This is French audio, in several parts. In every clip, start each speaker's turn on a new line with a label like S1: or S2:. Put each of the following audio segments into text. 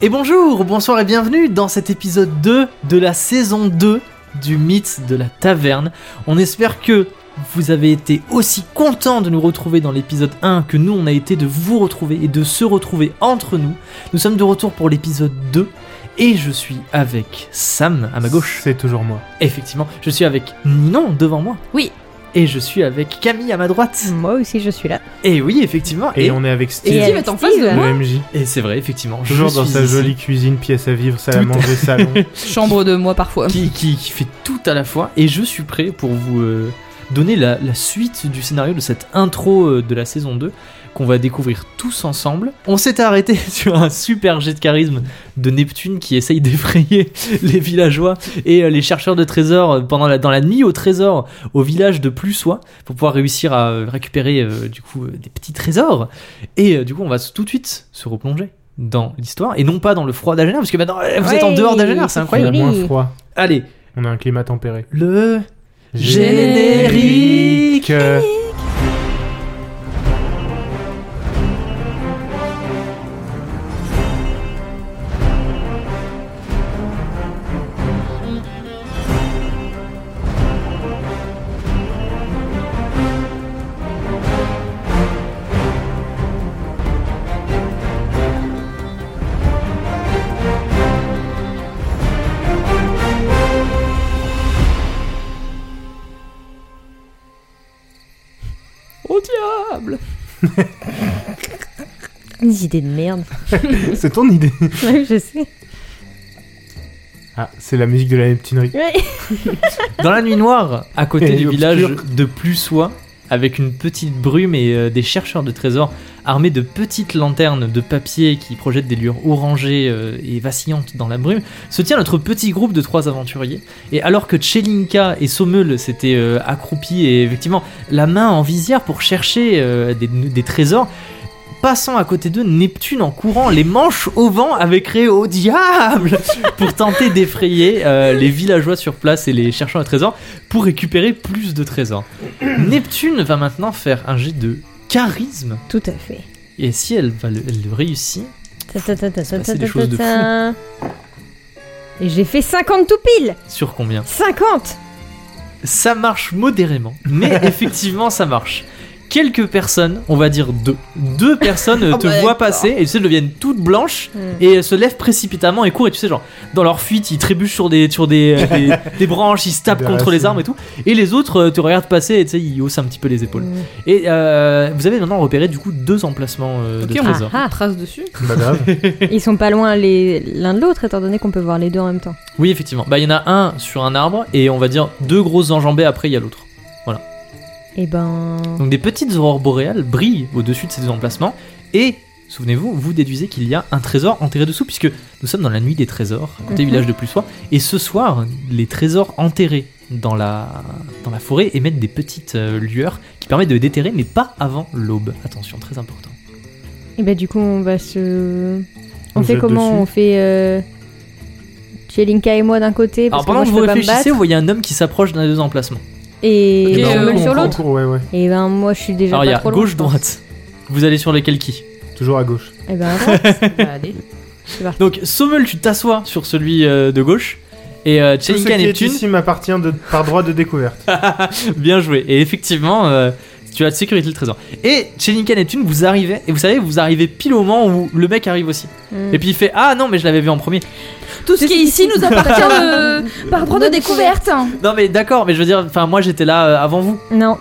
S1: Et bonjour, bonsoir et bienvenue dans cet épisode 2 de la saison 2 du mythe de la taverne. On espère que vous avez été aussi content de nous retrouver dans l'épisode 1 que nous on a été de vous retrouver et de se retrouver entre nous. Nous sommes de retour pour l'épisode 2 et je suis avec Sam à ma gauche.
S2: C'est toujours moi.
S1: Effectivement, je suis avec Ninon devant moi.
S3: Oui.
S1: Et je suis avec Camille à ma droite.
S3: Moi aussi, je suis là.
S1: Et oui, effectivement.
S2: Et, Ah. on est avec Steve,
S3: Et
S2: le
S3: avec
S4: mais t'es en face de
S3: Steve.
S4: moi.
S2: MJ.
S1: et c'est vrai, effectivement. je
S2: Toujours dans
S1: suis
S2: sa
S1: ici.
S2: jolie cuisine, pièce à vivre, salle à manger, salon.
S4: Chambre de moi parfois.
S1: qui, qui- qui fait tout à la fois. Et je suis prêt pour vous euh, donner la, la suite du scénario de cette intro euh, de la saison 2 qu'on va découvrir tous ensemble. On s'est arrêté sur un super jet de charisme de Neptune qui essaye d'effrayer les villageois et euh, les chercheurs de trésors euh, pendant la, dans la nuit au trésor au village de Plussois pour pouvoir réussir à euh, récupérer euh, du coup euh, des petits trésors. Et euh, du coup, on va s- tout de suite se replonger dans l'histoire et non pas dans le froid d'Agener parce que maintenant euh, vous êtes en
S3: Ouais,
S1: dehors d'Agener, c'est
S3: c'est
S2: On a
S1: incroyable.
S3: fini.
S2: moins froid.
S1: Allez,
S2: On a un climat tempéré.
S1: le
S2: Générique.
S1: générique.
S2: Euh,
S4: Au diable
S3: Des idées de merde.
S2: c'est ton idée.
S3: Ouais, je sais.
S2: Ah, c'est la musique de la Neptunerie.
S3: Ouais.
S1: Dans la nuit noire, à côté
S2: Et
S1: du
S2: obscur.
S1: village de Plussois, avec une petite brume et euh, des chercheurs de trésors armés de petites lanternes de papier qui projettent des lueurs orangées euh, et vacillantes dans la brume, se tient notre petit groupe de trois aventuriers. Et alors que Tchelinka et Sommel s'étaient euh, accroupis et effectivement la main en visière pour chercher euh, des, des trésors, passant à côté d'eux, Neptune en courant, les manches au vent, avait créé au diable pour tenter d'effrayer euh, les villageois sur place et les chercheurs à trésors pour récupérer plus de trésors. Neptune va maintenant faire un jet de charisme
S3: Tout à fait.
S1: et si elle va le, elle le réussit,
S3: Ta, ta, ta, ta, ta,
S1: passé des
S3: ta,
S1: choses de
S3: ta. Et j'ai fait 50 tout pile
S1: sur combien
S3: 50
S1: Ça marche modérément, mais effectivement ça marche. Quelques personnes, on va dire deux, deux personnes euh,
S4: Ah
S1: te
S4: bah,
S1: voient
S4: d'accord.
S1: passer et tu sais, elles deviennent toutes blanches
S3: Hmm.
S1: et elles se lèvent précipitamment et courent et tu sais genre dans leur fuite ils trébuchent sur des sur des, euh, des, des branches ils se tapent
S2: Des
S1: contre
S2: racines.
S1: les arbres et tout et les autres euh, te regardent passer et tu sais ils haussent un petit peu les
S3: Hmm.
S1: épaules et euh, vous avez maintenant repéré du coup deux emplacements euh, de
S4: Ok, on-
S1: trésors
S3: Ah.
S4: Trace dessus.
S2: Pas grave.
S3: Ils sont pas loin les- l'un de l'autre, étant donné qu'on peut voir les deux en même temps.
S1: oui effectivement bah il y en a un sur un arbre et on va dire deux grosses enjambées après il y a l'autre
S3: Et ben.
S1: donc des petites aurores boréales brillent au-dessus de ces deux emplacements et Souvenez-vous, vous déduisez qu'il y a un trésor enterré dessous, puisque nous sommes dans la nuit des trésors, côté
S3: Mhm.
S1: village de Plussois, et ce soir, les trésors enterrés dans la, dans la forêt émettent des petites euh, lueurs qui permettent de les déterrer, mais pas avant l'aube. Attention, très important.
S3: Et ben, du coup, on va se. On
S2: On
S3: fait
S2: jette
S3: comment
S2: dessus.
S3: On fait. Euh... Tchelinka et moi d'un côté. Parce
S1: Alors pendant que,
S3: que
S1: vous
S3: moi, je peux pas me
S1: réfléchissez,
S3: battre.
S1: vous voyez un homme qui s'approche d'un des deux emplacements.
S3: Et,
S4: Ok,
S3: et
S4: euh,
S3: Sommel
S4: on
S3: sur
S4: prend.
S3: l'autre.
S2: Concours, ouais, ouais.
S3: Et ben, moi, je suis déjà
S1: Alors il y
S3: pas
S1: a
S3: trop loin, je pense.
S1: gauche-droite. Vous allez sur lequel qui
S2: Toujours à gauche.
S3: Et ben, à droite.
S4: Allez.
S1: Donc Sommel, tu t'assois sur celui euh, de gauche. Et euh,
S2: Tout ce qui
S1: Tchelinka
S2: est
S1: Neptune,
S2: ici m'appartient de- par droit de découverte.
S1: Bien joué. Et effectivement, euh, tu as sécurité le trésor. Et chez Lincoln Neptune, vous arrivez, et vous savez, vous arrivez pile au moment où le mec arrive aussi.
S3: Hmm.
S1: Et puis il fait Ah non, mais je l'avais vu en premier.
S4: Tout ce qui est ici nous appartient
S1: euh,
S4: de- par droit de découverte.
S1: Non, mais d'accord, mais je veux dire, enfin, moi j'étais là euh, avant vous.
S3: Non.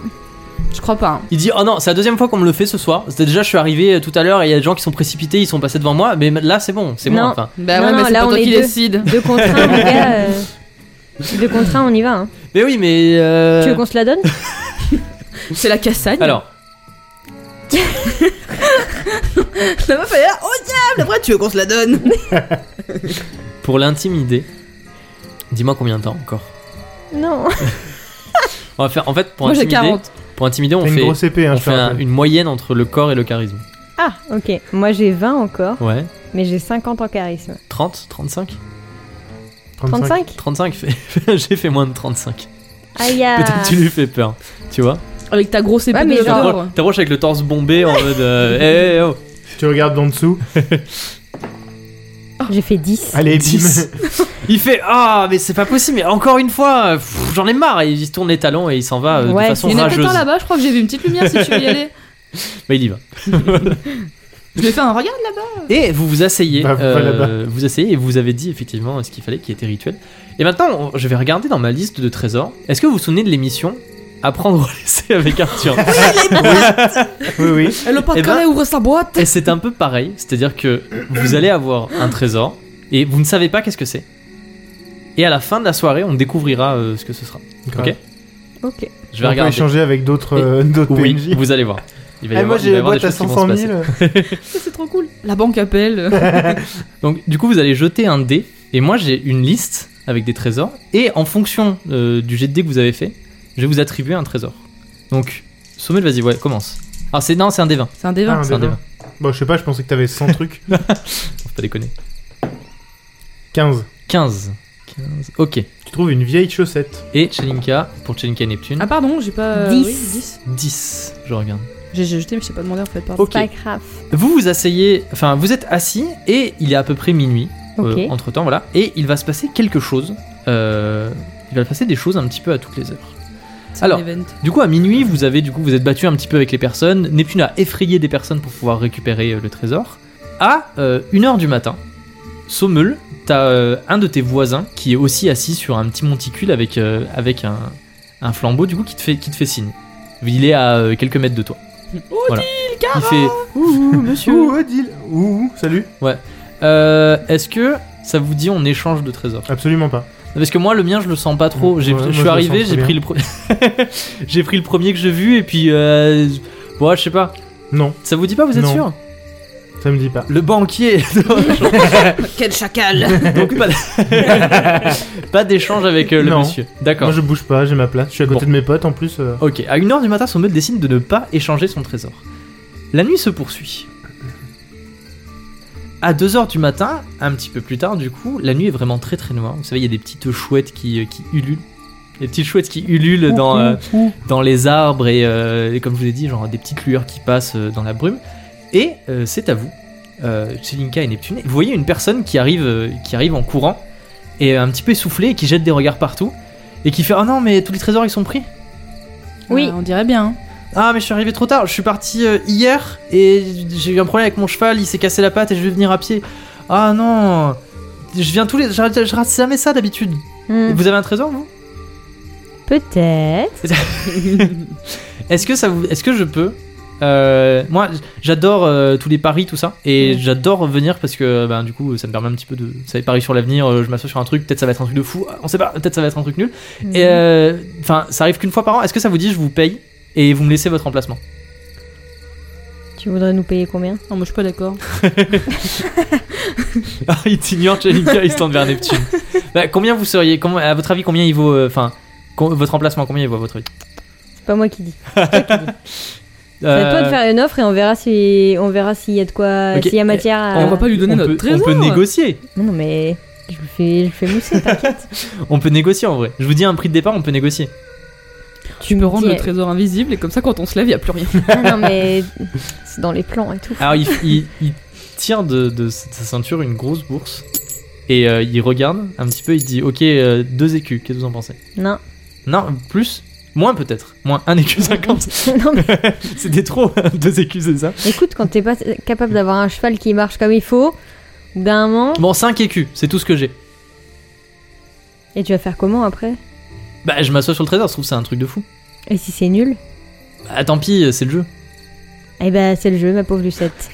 S4: Je crois pas. hein.
S1: Il dit Oh non, c'est la deuxième fois qu'on me le fait ce soir. C'était déjà, je suis arrivé euh, tout à l'heure, et il y a des gens qui sont précipités, ils sont passés devant moi, mais là c'est bon, c'est bon.
S3: Non.
S1: Enfin.
S4: Bah
S3: Non,
S4: ouais,
S3: non,
S4: mais c'est
S3: là,
S4: pas
S3: on
S4: toi
S3: est
S4: qui
S3: deux.
S4: décide.
S3: Deux contre un, mon gars. euh, Deux contre un, on y va. hein.
S1: Mais oui, mais. euh,
S3: Tu veux qu'on se la donne
S4: C'est la cassagne.
S1: Alors,
S4: La meuf elle est là. Oh diable Après, tu veux qu'on se la donne
S1: pour l'intimider, dis-moi combien de temps encore
S3: Non.
S1: On va faire, en fait, pour
S4: Moi j'ai
S1: intimider,
S4: 40.
S1: pour intimider, on
S2: T'as une
S1: fait,
S2: grosse épée, hein,
S1: on
S2: je te
S1: fait un-
S2: rappelle.
S1: une moyenne entre le corps et le charisme.
S3: Ah, ok. Moi j'ai 20 encore,
S1: Ouais.
S3: mais j'ai 50 en charisme.
S1: 30, 35
S3: 35
S1: 35, fait- j'ai fait moins de 35.
S3: Aïe ah.
S1: Peut-être tu lui fais peur, tu vois.
S4: Avec ta grosse épée
S3: Ouais, mais
S4: de
S3: genre-
S4: leader.
S1: T'approches t'approches avec le torse bombé en mode. euh, Eh, eh, oh.
S2: Tu regardes d'en dessous.
S4: Oh
S3: J'ai fait 10.
S2: Allez, bim
S1: Dix. Il fait Ah, mais c'est pas possible, mais encore une fois, pff, j'en ai marre. Et il tourne les talons et il s'en va euh,
S3: Ouais,
S1: de façon
S5: Il y en a
S1: rageuse.
S5: peut-être un là-bas, je crois que j'ai vu une petite lumière si tu veux y aller.
S1: Mais il y va.
S5: Je vais faire un regarde là-bas.
S1: Et vous vous asseyez,
S2: Bah,
S1: euh,
S2: va là-bas.
S1: vous asseyez et vous avez dit effectivement ce qu'il fallait qui était rituel. Et maintenant, on- je vais regarder dans ma liste de trésors. Est-ce que vous vous souvenez de l'émission Apprendre ou laisser avec Arthur
S2: Oui, oui.
S5: Elle n'a pas
S1: Eh ben-
S5: ouvre sa boîte.
S1: Et c'est un peu pareil, c'est-à-dire que vous allez avoir un trésor et vous ne savez pas qu'est-ce que c'est. Et à la fin de la soirée, on découvrira euh, ce que ce sera.
S2: Grave.
S3: Ok.
S1: Je vais
S2: On peut
S1: regarder.
S2: échanger avec d'autres
S1: Et-
S2: euh, d'autres
S1: Oui,
S2: PNJ.
S1: vous allez voir. Il va y
S2: Eh, moi,
S1: avoir- il va
S2: j'ai
S1: y
S2: la
S1: avoir des
S2: boîte à
S1: choses qui vont se
S2: 500
S1: passer.
S2: 000.
S5: C'est trop cool. La banque appelle.
S1: Donc du coup vous allez jeter un dé et moi j'ai une liste avec des trésors et en fonction euh, du jet de dé que vous avez fait, je vais vous attribuer un trésor. Donc Sommel vas-y ouais commence. Alors c'est non c'est un dé 20,
S5: C'est un dévin.
S2: Ah,
S1: c'est un dé 20,
S2: Bon, je sais pas, je pensais que t'avais 100 trucs.
S1: faut pas déconner.
S2: 15.
S1: 15. 15. Ok.
S2: Tu trouves une vieille chaussette.
S1: Et Chelinka, pour Chelinka et Neptune,
S5: Ah pardon, j'ai pas.
S3: Dix.
S5: oui,
S2: Ah.
S5: dix.
S1: 10, je regarde.
S5: J'ai j'ai jeté mais je sais pas demandé en fait. Pardon.
S1: Ok.
S3: Pas grave.
S1: Vous vous asseyez, enfin vous êtes assis et il est à peu près minuit.
S3: Ok.
S1: entre temps, voilà. Et il va se passer quelque chose. Euh, il va se passer des choses un petit peu à toutes les heures.
S5: C'est un
S1: Alors.
S5: event.
S1: Du coup, à minuit, vous avez du coup, vous êtes battu un petit peu avec les personnes. Neptune a effrayé des personnes pour pouvoir récupérer euh, le trésor. À 1h du matin, Sommel, t'as euh, un de tes voisins qui est aussi assis sur un petit monticule avec, euh, avec un, un flambeau, du coup, qui te fait, qui te fait signe. Il est à euh, quelques mètres de toi.
S5: Oh,
S1: Voilà. Il fait
S2: Ouh, monsieur. Ouh, Odile. Ouh, ouh, salut.
S1: euh, Est-ce que ça vous dit on échange de trésors
S2: Absolument pas.
S1: Parce que moi, le mien, je le sens pas trop. J'ai-
S2: Ouais, moi,
S1: je
S2: je
S1: suis
S2: le
S1: arrivé,
S2: sens
S1: j'ai
S2: très
S1: pris, le pre- j'ai pris le premier que j'ai vu, et puis. Euh... Ouais, je sais pas.
S2: Non,
S1: Ça vous dit pas, vous êtes
S2: Non.
S1: sûr
S2: ça me dit pas.
S1: Le banquier
S4: Quel chacal
S1: Donc pas, pas d'échange avec euh, le
S2: Non.
S1: monsieur. D'accord.
S2: Moi, je bouge pas, j'ai ma place. Je suis à côté
S1: Bon.
S2: de mes potes en plus. euh.
S1: Ok, à 1h du matin, son maître décide de ne pas échanger son trésor. La nuit se poursuit. À 2h du matin, un petit peu plus tard, du coup, la nuit est vraiment très très noire. Vous savez, il y a des petites chouettes qui, euh, qui ululent. Des petites chouettes qui ululent dans, euh, dans les arbres et, euh, et comme je vous l'ai dit, genre des petites lueurs qui passent euh, dans la brume. Et euh, c'est à vous, euh, Chelinka et Neptune. Vous voyez une personne qui arrive, euh, qui arrive en courant et euh, un petit peu essoufflée et qui jette des regards partout et qui fait Ah non, mais tous les trésors ils sont pris.
S3: Oui.
S5: Ah, on dirait bien.
S1: Ah mais je suis arrivé trop tard, je suis parti euh, hier et j'ai eu un problème avec mon cheval, il s'est cassé la patte et je vais venir à pied. Ah non Je viens tous les... Je rate, je rate jamais ça d'habitude.
S3: Hmm,
S1: Et Vous avez un trésor vous
S3: Peut-être.
S1: Est-ce que ça vous... Est-ce que je peux Euh, Moi j'adore euh, tous les paris, tout ça. Et j'adore venir parce que ben, du coup ça me permet un petit peu de... Vous savez, paris sur l'avenir, euh, je m'assois sur un truc, peut-être ça va être un truc de fou, on sait pas, peut-être ça va être un truc nul.
S3: Hmm. Mhm.
S1: Et euh, Enfin ça arrive qu'une fois par an, est-ce que ça vous dit je vous paye et vous me laissez votre emplacement
S3: Tu voudrais nous payer combien
S5: Non, moi je suis pas d'accord.
S1: Ah, il t'ignore, Chelinka, il se tourne vers Neptune. Bah, combien vous seriez, comment- à votre avis, combien il vaut, euh, enfin, com- votre emplacement, combien il vaut à votre avis
S3: C'est pas moi qui dis. C'est toi qui dis. C'est à toi de
S1: Euh,
S3: faire une offre et on verra si on verra s'il y a de quoi,
S1: Ok.
S3: s'il y a matière. à-
S5: On va pas lui donner
S1: on
S5: notre
S1: peut-
S5: trésor.
S1: On peut négocier,
S3: Non, non, mais je le fais, je le fais mousser. T'inquiète.
S1: on peut négocier en vrai. Je vous dis un prix de départ, on peut négocier.
S5: Tu me rends
S3: dis-
S5: le trésor invisible et comme ça quand on se lève, il y a plus rien.
S3: non, non, mais c'est dans les plans et tout.
S1: Alors, il, il- il tire de, de sa ceinture une grosse bourse et euh, il regarde un petit peu, il dit, ok, euh, deux écus, qu'est-ce que vous en pensez
S3: Non.
S1: Non, plus Moins peut-être, moins un écu 50.
S3: non, mais
S1: C'était trop, hein, deux écus, c'est ça
S3: écoute, quand t'es pas capable d'avoir un cheval qui marche comme il faut, au bout d'un moment,
S1: Bon, 5 écus, c'est tout ce que j'ai.
S3: et tu vas faire comment après
S1: Bah, je m'assois sur le trésor, je trouve que c'est un truc de fou.
S3: Et si c'est nul
S1: Bah, tant pis, c'est le jeu.
S3: Eh ben, c'est le jeu, ma pauvre Lucette.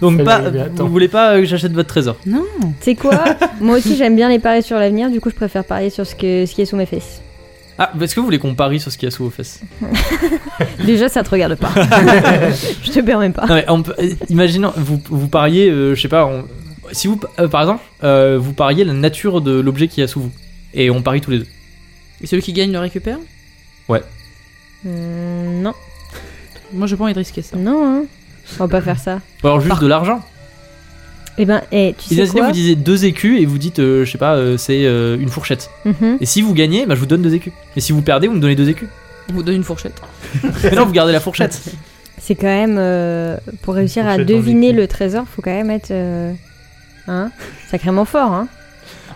S1: Donc
S2: Salut,
S1: pas,
S2: mais attends.
S1: vous voulez pas euh, que j'achète votre trésor
S3: Tu sais quoi Moi aussi, j'aime bien les paris sur l'avenir, du coup, je préfère parier sur ce, que, ce qui est sous mes fesses.
S1: Ah, est-ce que vous voulez qu'on parie sur ce qu'il y a sous vos fesses
S3: Déjà, ça te regarde pas. je te permets pas.
S1: Non mais on peut- euh, imaginons, vous, vous pariez, euh, je sais pas, on- si vous, euh, par exemple, euh, vous pariez la nature de l'objet qu'il y a sous vous. Et on parie tous les deux.
S5: Et celui qui gagne le récupère
S3: Hmm, non,
S5: Moi j'ai pas envie de risquer ça.
S3: non, hein. On va pas faire ça.
S1: Ou alors juste de l'argent.
S3: Eh ben, eh, tu sais
S1: Imaginez,
S3: quoi
S1: vous disiez deux écus et vous dites, euh, je sais pas, euh, c'est euh, une fourchette.
S3: Mhm.
S1: Et si vous gagnez, bah, je vous donne deux écus. Et si vous perdez, vous me donnez deux écus.
S5: On vous donne une fourchette.
S1: Mais non, vous gardez la fourchette.
S3: C'est quand même. euh, pour réussir à
S2: Fourchette dans
S3: deviner
S2: l'équipe.
S3: le trésor, faut quand même être. euh, Hein Sacrément fort, hein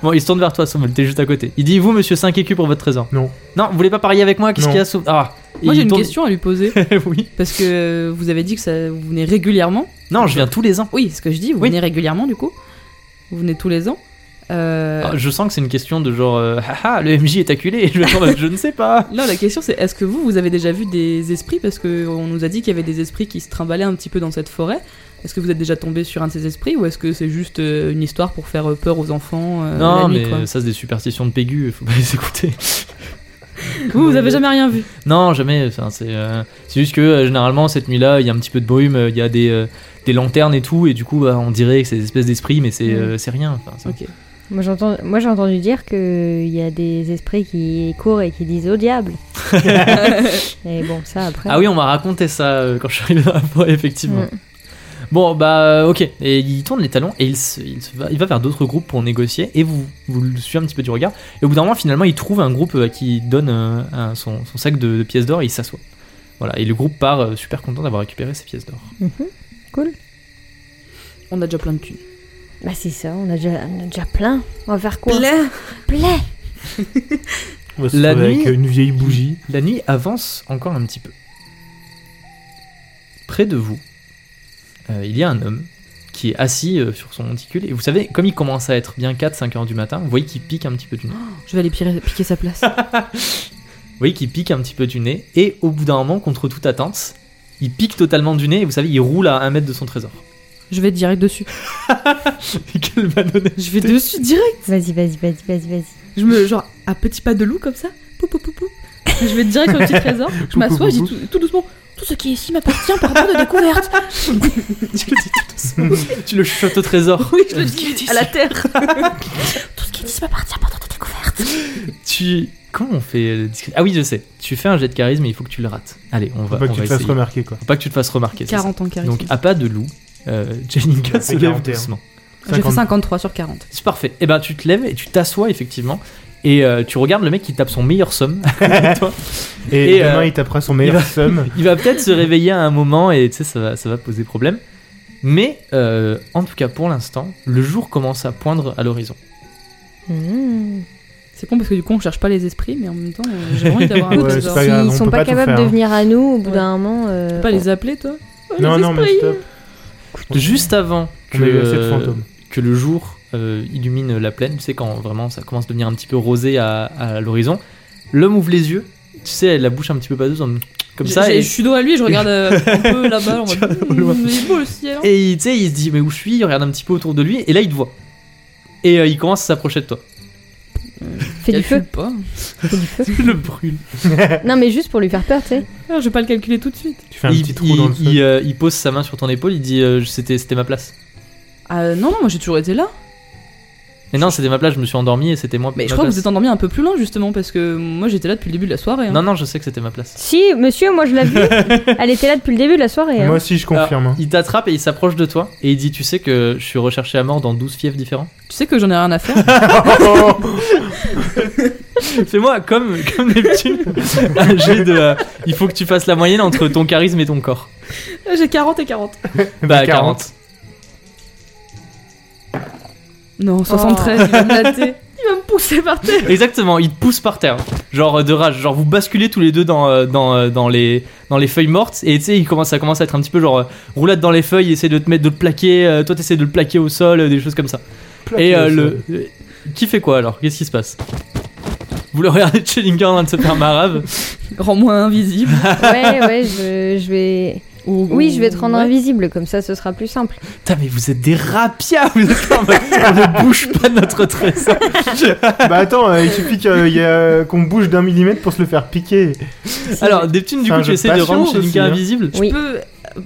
S1: Bon, il se tourne vers toi, Sommel, t'es juste à côté. Il dit Vous, monsieur, 5 écus pour votre trésor.
S2: Non.
S1: Non, vous voulez pas parier avec moi Qu'est-ce
S2: Non.
S1: qu'il y a sous. Ah Et
S5: Moi,
S1: il
S5: j'ai une
S1: tourne-
S5: question à lui poser.
S1: oui.
S5: Parce que vous avez dit que ça, vous venez régulièrement.
S1: Non, je viens tous les ans.
S5: Oui, ce que je dis, vous
S1: Oui.
S5: venez régulièrement du coup. Vous venez tous les ans. Euh,
S1: Ah, je sens que c'est une question de genre euh, Haha, le MJ est acculé. Et je vais attendre, je ne sais pas.
S5: Là, la question c'est est-ce que vous, vous avez déjà vu des esprits Parce qu'on nous a dit qu'il y avait des esprits qui se trimbalaient un petit peu dans cette forêt. Est-ce que vous êtes déjà tombé sur un de ces esprits ou est-ce que c'est juste euh, une histoire pour faire euh, peur aux enfants euh,
S1: non,
S5: la nuit,
S1: mais
S5: quoi
S1: ça, c'est des superstitions de Pégu, faut pas les écouter.
S5: Vous, vous avez jamais rien vu
S1: Non, jamais. Enfin, c'est euh, c'est juste que euh, généralement, cette nuit-là, il y a un petit peu de brume, euh, il y a des, euh, des lanternes et tout, et du coup, bah, on dirait que c'est des espèces d'esprits, mais c'est
S3: Mm.
S1: euh, c'est rien. Enfin, c'est-
S5: Ok.
S3: Moi, j'entends- moi, j'ai entendu dire qu'il y a des esprits qui courent et qui disent au diable. et bon, ça après.
S1: Ah oui, on m'a raconté ça euh, quand je suis arrivé dans la forêt, effectivement.
S3: Mm.
S1: Bon, bah, ok. Et il tourne les talons et il, se- il se va, il va vers d'autres groupes pour négocier. Et vous, vous le suivez un petit peu du regard. Et au bout d'un moment, finalement, il trouve un groupe euh, à qui il donne euh, un- son, son sac de, de pièces d'or et il s'assoit. Voilà. Et le groupe part euh, super content d'avoir récupéré ses pièces d'or.
S3: Mhm.
S5: On a déjà plein de thunes.
S3: Bah c'est ça, on a déjà, on a déjà plein. On va faire quoi
S4: Plein.
S3: Plein
S2: On va se
S1: La
S2: trouver
S1: nuit-
S2: avec une vieille bougie.
S1: La nuit avance encore un petit peu. Près de vous, euh, il y a un homme qui est assis euh, sur son monticule. Et vous savez, comme il commence à être bien 4-5 heures du matin, vous voyez qu'il pique un petit peu du nez.
S5: Je vais aller pirer- piquer sa place.
S1: Vous voyez qu'il pique un petit peu du nez, et au bout d'un moment, contre toute attente, il pique totalement du nez, et vous savez, il roule à un mètre de son trésor.
S5: Je vais direct dessus.
S1: Quel malhonnête
S5: Je vais dessus direct.
S3: Vas-y, vas-y, vas-y, vas-y, vas-y.
S5: Je me genre à petit pas de loup comme ça. Pou, pou, pou, pou. Je vais direct sur le petit trésor. Je m'assois, je dis tout, tout doucement. Tout ce qui est ici m'appartient, pardon de découverte.
S1: Tu le dis tout doucement. Tu le chutes au trésor.
S5: Oui, je le dis à la terre.
S4: Tout ce qui est dit m'appartient pendant ta découverte.
S1: Tu... Comment on fait euh, discret- Ah oui, je sais. Tu fais un jet de charisme, et il faut que tu le rates. Allez, on va,
S2: Faut pas
S1: on
S2: que tu
S1: va
S2: te fasses
S1: essayer.
S2: remarquer, quoi.
S1: Faut pas que tu te fasses remarquer. c'est
S5: 40 ans
S1: ça.
S5: carré.
S1: Donc, à pas de loup, euh, Jelinka se
S2: Avec
S1: lève
S2: 41.
S1: doucement.
S5: J'ai fait
S2: 50.
S5: 53 sur 40.
S1: C'est parfait. Et ben, tu te lèves et tu t'assois, effectivement, et euh, tu regardes le mec qui tape son meilleur somme.
S2: Et,
S1: Et,
S2: demain,
S1: euh,
S2: il tapera son meilleur
S1: il va-
S2: somme.
S1: Il va peut-être se réveiller à un moment et tu sais, ça va, ça va poser problème. Mais euh, en tout cas, pour l'instant, le jour commence à poindre à l'horizon.
S3: Mhm.
S5: C'est con parce que du coup on cherche pas les esprits, mais en même temps euh, j'ai envie d'avoir un
S2: Ouais,
S5: trésor.
S2: pas
S3: S'ils
S2: grave, Ah, on
S3: sont
S2: peut
S3: pas,
S2: pas tout
S3: capables
S2: faire,
S3: de
S2: hein.
S3: venir à nous, au bout
S5: Ouais.
S3: d'un moment... euh,
S5: Peux pas les appeler toi Oh,
S2: Non,
S5: les
S2: non, mais
S5: esprits.
S2: stop.
S1: Juste avant que,
S2: On a eu assez de
S1: euh,
S2: fantômes.
S1: que le jour euh, illumine la plaine, tu sais, quand vraiment ça commence à devenir un petit peu rosé à, à l'horizon, l'homme ouvre les yeux, tu sais, la bouche un petit peu pâteuse, en- comme
S5: J'ai-
S1: ça,
S5: j'ai-
S1: et,
S5: Je suis dos à lui, je regarde euh, un peu là-bas. en
S1: Tu
S5: mode,
S1: vas au loin.
S5: "Hmm, Il est beau le ciel. hein."
S1: et il- tu sais, il se dit, mais où je suis, il regarde un petit peu autour de lui, et là, il te voit. Et euh, il commence à s'approcher de toi.
S3: Fais du feu,
S5: Calcule pas.
S3: fais du feu.
S1: Je le brûle.
S3: non mais juste pour lui faire peur, tu sais.
S5: Ah, Je vais pas le calculer tout de suite.
S2: Tu fais un
S1: il,
S2: petit trou
S1: il-
S2: dans le sol.
S1: il, euh, il pose sa main sur ton épaule, il dit, euh, c'était c'était ma place.
S5: Ah non, non, moi j'ai toujours été là.
S1: Mais non, c'était ma place, je me suis endormi et c'était moi.
S5: Mais
S1: ma
S5: je crois que
S1: place.
S5: vous êtes endormi un peu plus loin justement parce que moi j'étais là depuis le début de la soirée. hein.
S1: Non, non, je sais que c'était ma place.
S3: Si, monsieur, moi je l'ai vue. Elle était là depuis le début de la soirée. hein.
S2: Moi aussi, je confirme. hein.
S1: Il t'attrape et il s'approche de toi et il dit Tu sais que je suis recherché à mort dans 12 fiefs différents
S5: Tu sais que j'en ai rien à faire.
S1: Fais-moi comme, comme Neptune un jet de. euh, il faut que tu fasses la moyenne entre ton charisme et ton corps.
S5: j'ai 40 et 40.
S1: Bah,
S2: Des 40.
S1: 40.
S5: Non, 73, il va me latter. Il va me pousser par terre.
S1: Exactement, il te pousse par terre. Genre euh, de rage. Genre vous basculez tous les deux dans, euh, dans, euh, dans, les, dans les feuilles mortes et tu sais, il commence, ça commence à être un petit peu genre euh, roulade dans les feuilles, essaie de te mettre, de te plaquer. euh, toi, t'essaies de le plaquer au sol, euh, des choses comme ça. Et euh, le. euh, Qui fait quoi alors Qu'est-ce qui se passe Vous le regardez Chillinger en train de se faire marave
S5: Rends-moi invisible.
S3: Ouais, ouais, je, je vais...
S5: Ou-
S3: Oui, je vais te rendre
S5: Ouais.
S3: invisible, comme ça ce sera plus simple.
S1: Putain, mais vous êtes des rapias Vous êtes en mode, on ne bouge pas de notre trésor
S2: Bah attends, euh, il suffit qu'il y a- qu'on bouge d'un millimètre pour se le faire piquer.
S1: Alors, Neptune, du
S2: C'est un
S1: coup,
S2: jeu
S1: tu
S2: de
S1: essaies de rendre
S2: patience aussi,
S1: Chillinger
S2: hein.
S1: invisible
S5: Je
S3: Oui.
S5: peux.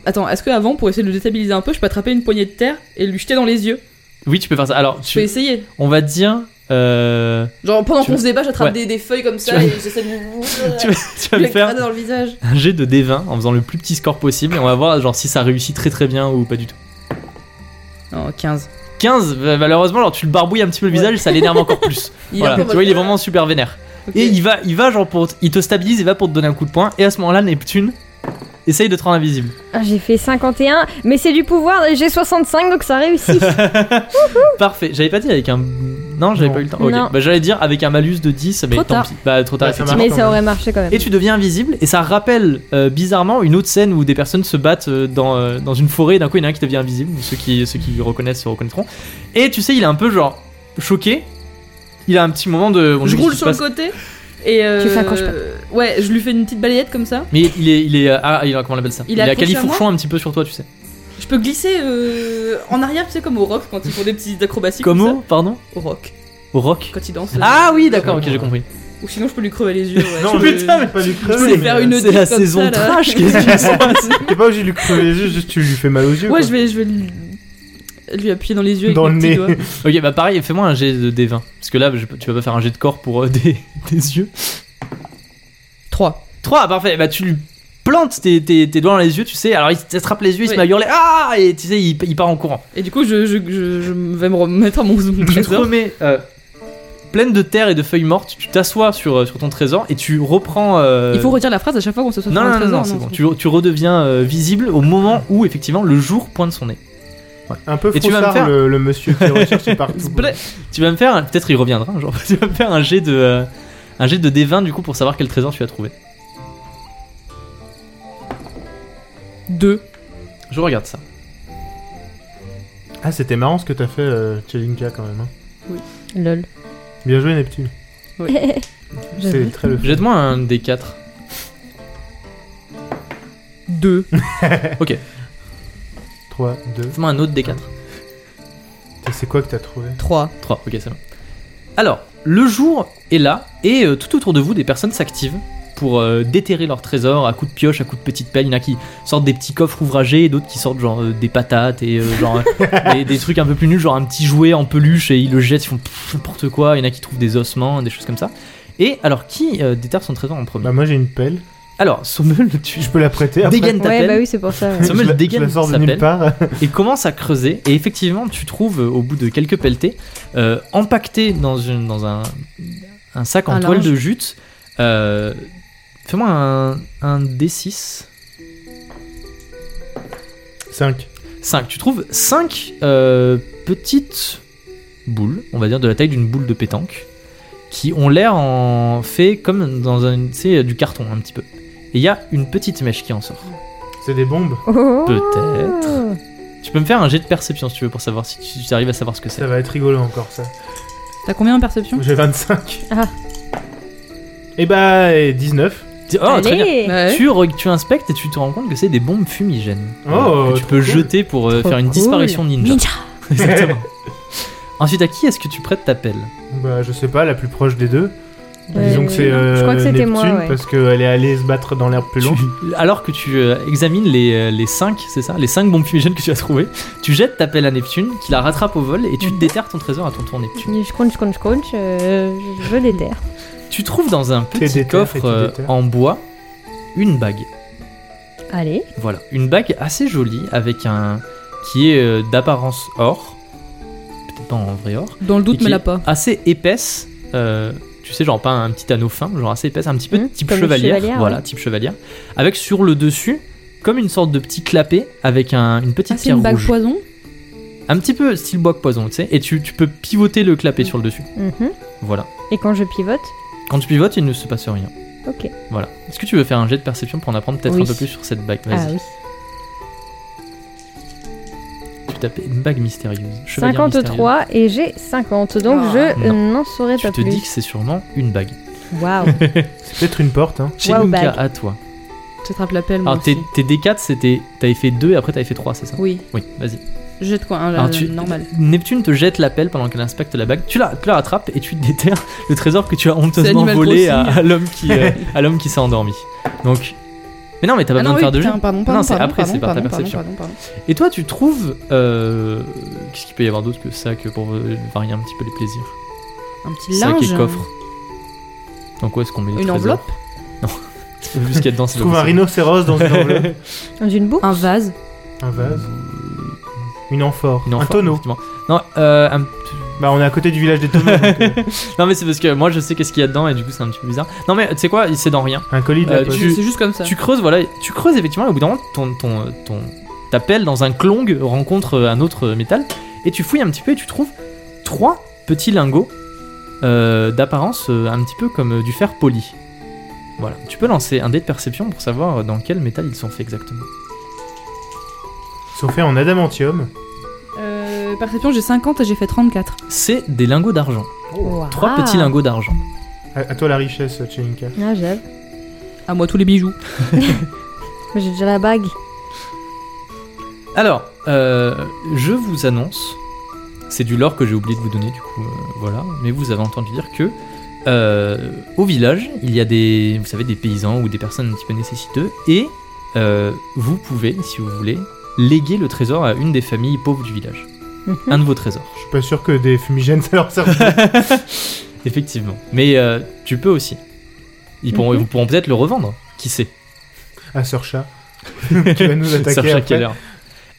S5: Attends, est-ce que avant, pour essayer de le déstabiliser un peu, je peux attraper une poignée de terre et lui jeter dans les yeux
S1: Oui, tu peux faire ça. Alors,
S5: Je peux
S1: tu-
S5: essayer.
S1: on va dire. euh,
S5: Genre pendant
S1: Tu
S5: qu'on se débat, j'attrape
S1: Ouais.
S5: des, des feuilles comme ça
S1: Tu
S5: et j'essaie de lui-
S1: tu, vas- tu vas
S5: lui
S1: me faire
S5: écraser dans le visage.
S1: un jet de D20 en faisant le plus petit score possible et on va voir genre si ça réussit très très bien ou pas du tout.
S5: Oh, 15.
S1: 15, bah, malheureusement, alors tu le barbouilles un petit peu le visage, ça l'énerve encore plus.
S5: Il est un
S1: voilà,
S5: peu
S1: tu
S5: mode-
S1: vois, il est vraiment super vénère.
S5: Ok.
S1: Et il va, il va genre pour, te- il te stabilise, il va pour te donner un coup de poing. Et à ce moment-là, Neptune, Essaye de te rendre invisible.
S3: Ah, J'ai fait 51, mais c'est du pouvoir, j'ai 65 donc ça réussit.
S1: Parfait. J'avais pas dit avec un. Non, j'avais
S2: Non.
S1: pas eu le temps. Ok.
S3: Non.
S1: Bah, j'allais dire avec un malus de 10, mais
S5: Trop
S1: tant
S5: tard.
S1: pis. Bah, trop tard,
S2: Ouais, ça
S1: effectivement.
S3: mais ça aurait marché quand même.
S1: Et tu deviens invisible, et ça rappelle euh, bizarrement une autre scène où des personnes se battent euh, dans, euh, dans une forêt, et d'un coup il y en a un qui devient invisible, ceux qui, ceux qui le reconnaissent se reconnaîtront. Et tu sais, il est un peu genre choqué, il a un petit moment de. on
S5: je
S1: dit
S5: roule
S1: qu'il
S5: sur le
S1: passe-
S5: côté et euh,
S3: Tu s'accroches pas.
S5: Ouais, je lui fais une petite balayette comme ça.
S1: Mais il est. Il est euh, ah, il a, comment on appelle ça
S5: Il est
S1: a
S5: accroché à
S1: califourchon un petit peu sur toi, tu sais.
S5: Je peux glisser euh, en arrière, tu sais, comme au rock quand ils font des petites acrobaties.
S1: Comme
S5: ça.
S1: au, pardon
S5: Au rock.
S1: Au rock
S5: Quand ils dansent.
S1: Ah
S5: euh,
S1: oui, d'accord, ok,
S2: Ouais.
S1: j'ai compris.
S5: Ou sinon, je peux lui crever les yeux. ouais.
S2: Non,
S5: Je-
S2: putain, mais pas lui crever.
S5: peux
S2: mais,
S5: faire
S2: euh,
S5: une-
S1: C'est la
S5: comme ça,
S1: saison
S5: là.
S1: trash, qu'est-ce qui se passe
S2: T'es pas obligé de lui crever les yeux, juste tu lui fais mal aux yeux. quoi.
S5: Ouais, je vais, je vais lui... lui appuyer dans les yeux
S2: Dans
S5: avec
S2: le
S5: mes petits
S2: nez.
S5: doigts.
S1: Ok, bah pareil, fais-moi un jet de D20. Parce que là, je- tu vas pas faire un jet de corps pour euh, des, des yeux.
S5: 3.
S1: 3, parfait. Bah, tu lui plantes tes, tes- tes doigts dans les yeux, tu sais. Alors, il se trappe les yeux, il se
S5: Oui.
S1: met à hurler. Ah Et tu sais, il, il part en courant.
S5: Et du coup, je, je, je, je vais me remettre à mon zoom
S1: Tu te
S5: trésor.
S1: remets euh, pleine de terre et de feuilles mortes. Tu t'assois sur, euh, sur ton trésor et tu reprends. euh,
S5: Il faut retirer la phrase à chaque fois qu'on se soit
S1: Non,
S5: sur
S1: non,
S5: un
S1: non, non,
S5: trésor,
S1: c'est bon.
S5: c'est
S1: Tu, tu redeviens euh, visible au moment où, effectivement, le jour pointe son nez.
S2: Un peu
S1: Et tu vas me
S2: froussard,
S1: faire-
S2: le, le monsieur qui recherche partout.
S5: Zblé.
S1: Tu vas me faire. un- Peut-être il reviendra un jour. Tu vas me faire un jet de. euh, un jet de D20 du coup pour savoir quel trésor tu as trouvé.
S5: 2.
S1: Je regarde ça.
S2: Ah, c'était marrant ce que t'as fait, euh, Chelinka, quand même. hein.
S3: Lol.
S2: Bien joué, Neptune. C'est très le
S1: Jette-moi un des 4.
S5: 2.
S2: 3, 2.
S1: Fais-moi un autre des 4.
S2: C'est quoi que t'as trouvé
S5: 3.
S1: 3, ok, c'est bon. Alors, le jour est là, et euh, tout autour de vous, des personnes s'activent pour euh, déterrer leurs trésors à coups de pioche, à coups de petites pelles. Il y en a qui sortent des petits coffres ouvragés, et d'autres qui sortent genre euh, des patates et euh, genre euh, des, des trucs un peu plus nuls, genre un petit jouet en peluche et ils le jettent, ils font pff, n'importe quoi. Il y en a qui trouvent des ossements, des choses comme ça. Et alors, qui euh, déterre son trésor en premier
S2: Bah, moi j'ai une pelle.
S1: Alors, Sommel, tu
S2: Je peux la prêter après
S1: dégaines ta
S3: Ouais,
S1: pelle
S3: bah oui, c'est pour ça. ouais.
S2: Je
S1: Sommel
S2: la- je
S1: dégaine
S2: la sors de
S1: sa
S2: nulle
S1: pelle.
S2: part.
S1: et commence à creuser. Et effectivement, tu trouves euh, au bout de quelques pelletés, euh, empaqueté dans, une, dans un, un sac en
S5: Un
S1: toile
S5: linge.
S1: de jute. euh, Fais-moi un, un D6.
S2: 5.
S1: 5. Tu trouves 5 petites boules, on va dire de la taille d'une boule de pétanque, qui ont l'air en fait comme dans un, tu sais, du carton un petit peu. Et il y a une petite mèche qui en sort.
S2: C'est des bombes.
S3: Oh.
S1: Peut-être. Tu peux me faire un jet de perception si tu veux pour savoir si tu, tu arrives à savoir ce que c'est.
S2: Ça va être rigolo encore ça.
S5: T'as combien en perception
S2: J'ai 25.
S3: Hein Ah.
S2: Et bah, et 19.
S1: Oh, très bien.
S3: Allez
S5: Bah Ouais.
S1: Tu, re- tu inspectes et tu te rends compte que c'est des bombes fumigènes.
S2: Oh,
S1: que tu
S2: trop
S1: peux
S2: cool.
S1: jeter pour euh,
S3: Trop
S1: faire une
S3: cool.
S1: disparition ninja.
S3: Ninja.
S1: Exactement. Ensuite, à qui est-ce que tu prêtes ta pelle
S2: Bah, je sais pas, la plus proche des deux.
S3: Ouais,
S2: Disons que c'est
S3: Je crois que
S2: euh,
S3: c'était
S2: Neptune
S3: moi, ouais.
S2: parce qu'elle est allée se battre dans l'herbe plus
S1: Tu-
S2: longue.
S1: Alors que tu euh, examines les, euh, les 5, c'est ça Les 5 bombes fumigènes que tu as trouvées, tu jettes ta pelle à Neptune, qui la rattrape au vol et tu
S3: Mhm.
S1: déterres ton trésor à ton tour Neptune.
S3: Je crunch, crunch, crunch, euh, je déterre.
S1: Tu trouves dans un
S2: T'es
S1: petit
S2: déterre et
S1: coffre
S2: tu
S1: euh,
S2: déterres.
S1: en bois une bague.
S3: Allez.
S1: Voilà, une bague assez jolie avec un qui est euh, d'apparence or, peut-être pas en vrai or,
S5: Dans le doute,
S1: Et
S5: mais
S1: qui
S5: là
S1: est
S5: pas.
S1: Assez épaisse, euh, tu sais, genre pas un petit anneau fin, genre assez épaisse, un petit peu
S3: Mmh,
S1: type
S3: comme les
S1: chevalière.
S3: chevalières,
S1: Voilà,
S3: ouais.
S1: type chevalière. Avec sur le dessus, comme une sorte de petit clapet avec un- une petite
S5: Ah, c'est
S1: pierre
S5: une bague
S1: rouge.
S5: poison
S1: Un petit peu style bois poison, tu sais, et tu, tu peux pivoter le clapet sur le dessus.
S3: Mhm.
S1: Voilà.
S3: Et quand je pivote,
S1: Quand tu pivotes, il ne se passe rien.
S3: ok.
S1: Voilà. Est-ce que tu veux faire un jet de perception pour en apprendre peut-être
S3: Oui.
S1: un peu plus sur cette bague
S3: Ah
S1: Vas-y.
S3: oui.
S1: Tu tapes une bague mystérieuse. Chevalière mystérieuse.
S3: 53 et j'ai 50, donc
S5: Ah.
S3: je
S1: Non.
S3: n'en saurais
S1: Tu
S3: pas
S1: te dis que
S3: plus.
S1: c'est sûrement une bague.
S3: Waouh.
S2: C'est peut-être une porte, hein.
S1: Chez
S3: Wow, bague.
S1: à toi.
S5: J'attrape la pelle, moi
S1: Alors, Ah, tes
S5: aussi.
S1: tes D4, c'était. T'avais fait 2 et après t'avais fait 3, c'est ça
S5: Oui.
S1: Oui, vas-y.
S5: Jette quoi hein, Un
S1: Alors,
S5: un-
S1: Ah, tu-
S5: normal.
S1: Neptune te jette la pelle pendant qu'elle inspecte la bague. Tu la, tu la rattrapes et tu déterres le trésor que tu as honteusement
S5: Animal
S1: volé
S5: Crossing.
S1: à, à l'homme qui, euh, à l'homme qui s'est endormi. Donc, mais non, mais t'as pas besoin
S5: Ah non,
S1: de
S5: oui,
S1: faire de jeu.
S5: putain, pardon,
S1: Non,
S5: pardon,
S1: c'est
S5: pardon,
S1: après, c'est par ta
S5: pardon,
S1: perception.
S5: pardon, pardon,
S1: Et toi, tu trouves euh, qu'est-ce qu'il peut y avoir d'autre que ça que pour euh, varier un petit peu les plaisirs.
S5: pardon. Un petit
S1: Sac
S5: linge. euh,
S1: et coffre. Donc où est-ce qu'on met les
S5: Une
S1: trésors
S5: enveloppe
S1: Vu ce qu'il y a dedans, c'est
S2: Je trouve un rhinocéros dans une enveloppe.
S3: Dans une boucle
S5: Un vase
S2: un vase. Euh, Une amphore.
S1: Non,
S2: un tonneau.
S1: Non, euh, un-
S2: Bah, on est à côté du village des Thomas. donc, euh,
S1: Non, mais c'est parce que moi je sais qu'est-ce qu'il y a dedans et du coup c'est un petit peu bizarre. Non, mais tu sais quoi, c'est dans rien.
S2: un colis de la
S1: Euh,
S2: poste.
S1: tu-
S5: C'est juste comme ça.
S1: Tu creuses, voilà, tu creuses effectivement, et au bout d'un moment, ton, ton, euh, ton, ta pelle dans un klong rencontre euh, un autre euh, métal, et tu fouilles un petit peu et tu trouves trois petits lingots euh, d'apparence euh, un petit peu comme euh, du fer poli. Voilà, tu peux lancer un dé de perception pour savoir euh, dans quel métal ils sont faits exactement.
S2: Ils sont faits en adamantium.
S5: Euh, perception, j'ai 50 et j'ai fait 34.
S1: C'est des lingots d'argent,
S5: Oh.
S3: Waouh.
S1: trois petits lingots d'argent.
S2: À, à toi la richesse, Chelinka.
S3: Ah, j'avoue.
S5: À moi tous les bijoux.
S3: Moi, J'ai déjà la bague.
S1: Alors, euh, je vous annonce, c'est du lore que j'ai oublié de vous donner, du coup, euh, voilà, mais vous avez entendu dire que euh, au village, il y a des, vous savez, des paysans ou des personnes un petit peu nécessiteux, et euh, vous pouvez, si vous voulez, léguer le trésor à une des familles pauvres du village. un de vos trésors,
S2: Je suis pas sûr que des fumigènes ça leur serve.
S1: effectivement. Mais euh, tu peux aussi. Ils pourront,
S3: Mhm.
S1: Vous pourront peut-être le revendre, qui sait
S2: à Sir Chat. qui va nous attaquer.
S1: Sacha
S2: après.
S1: Keller.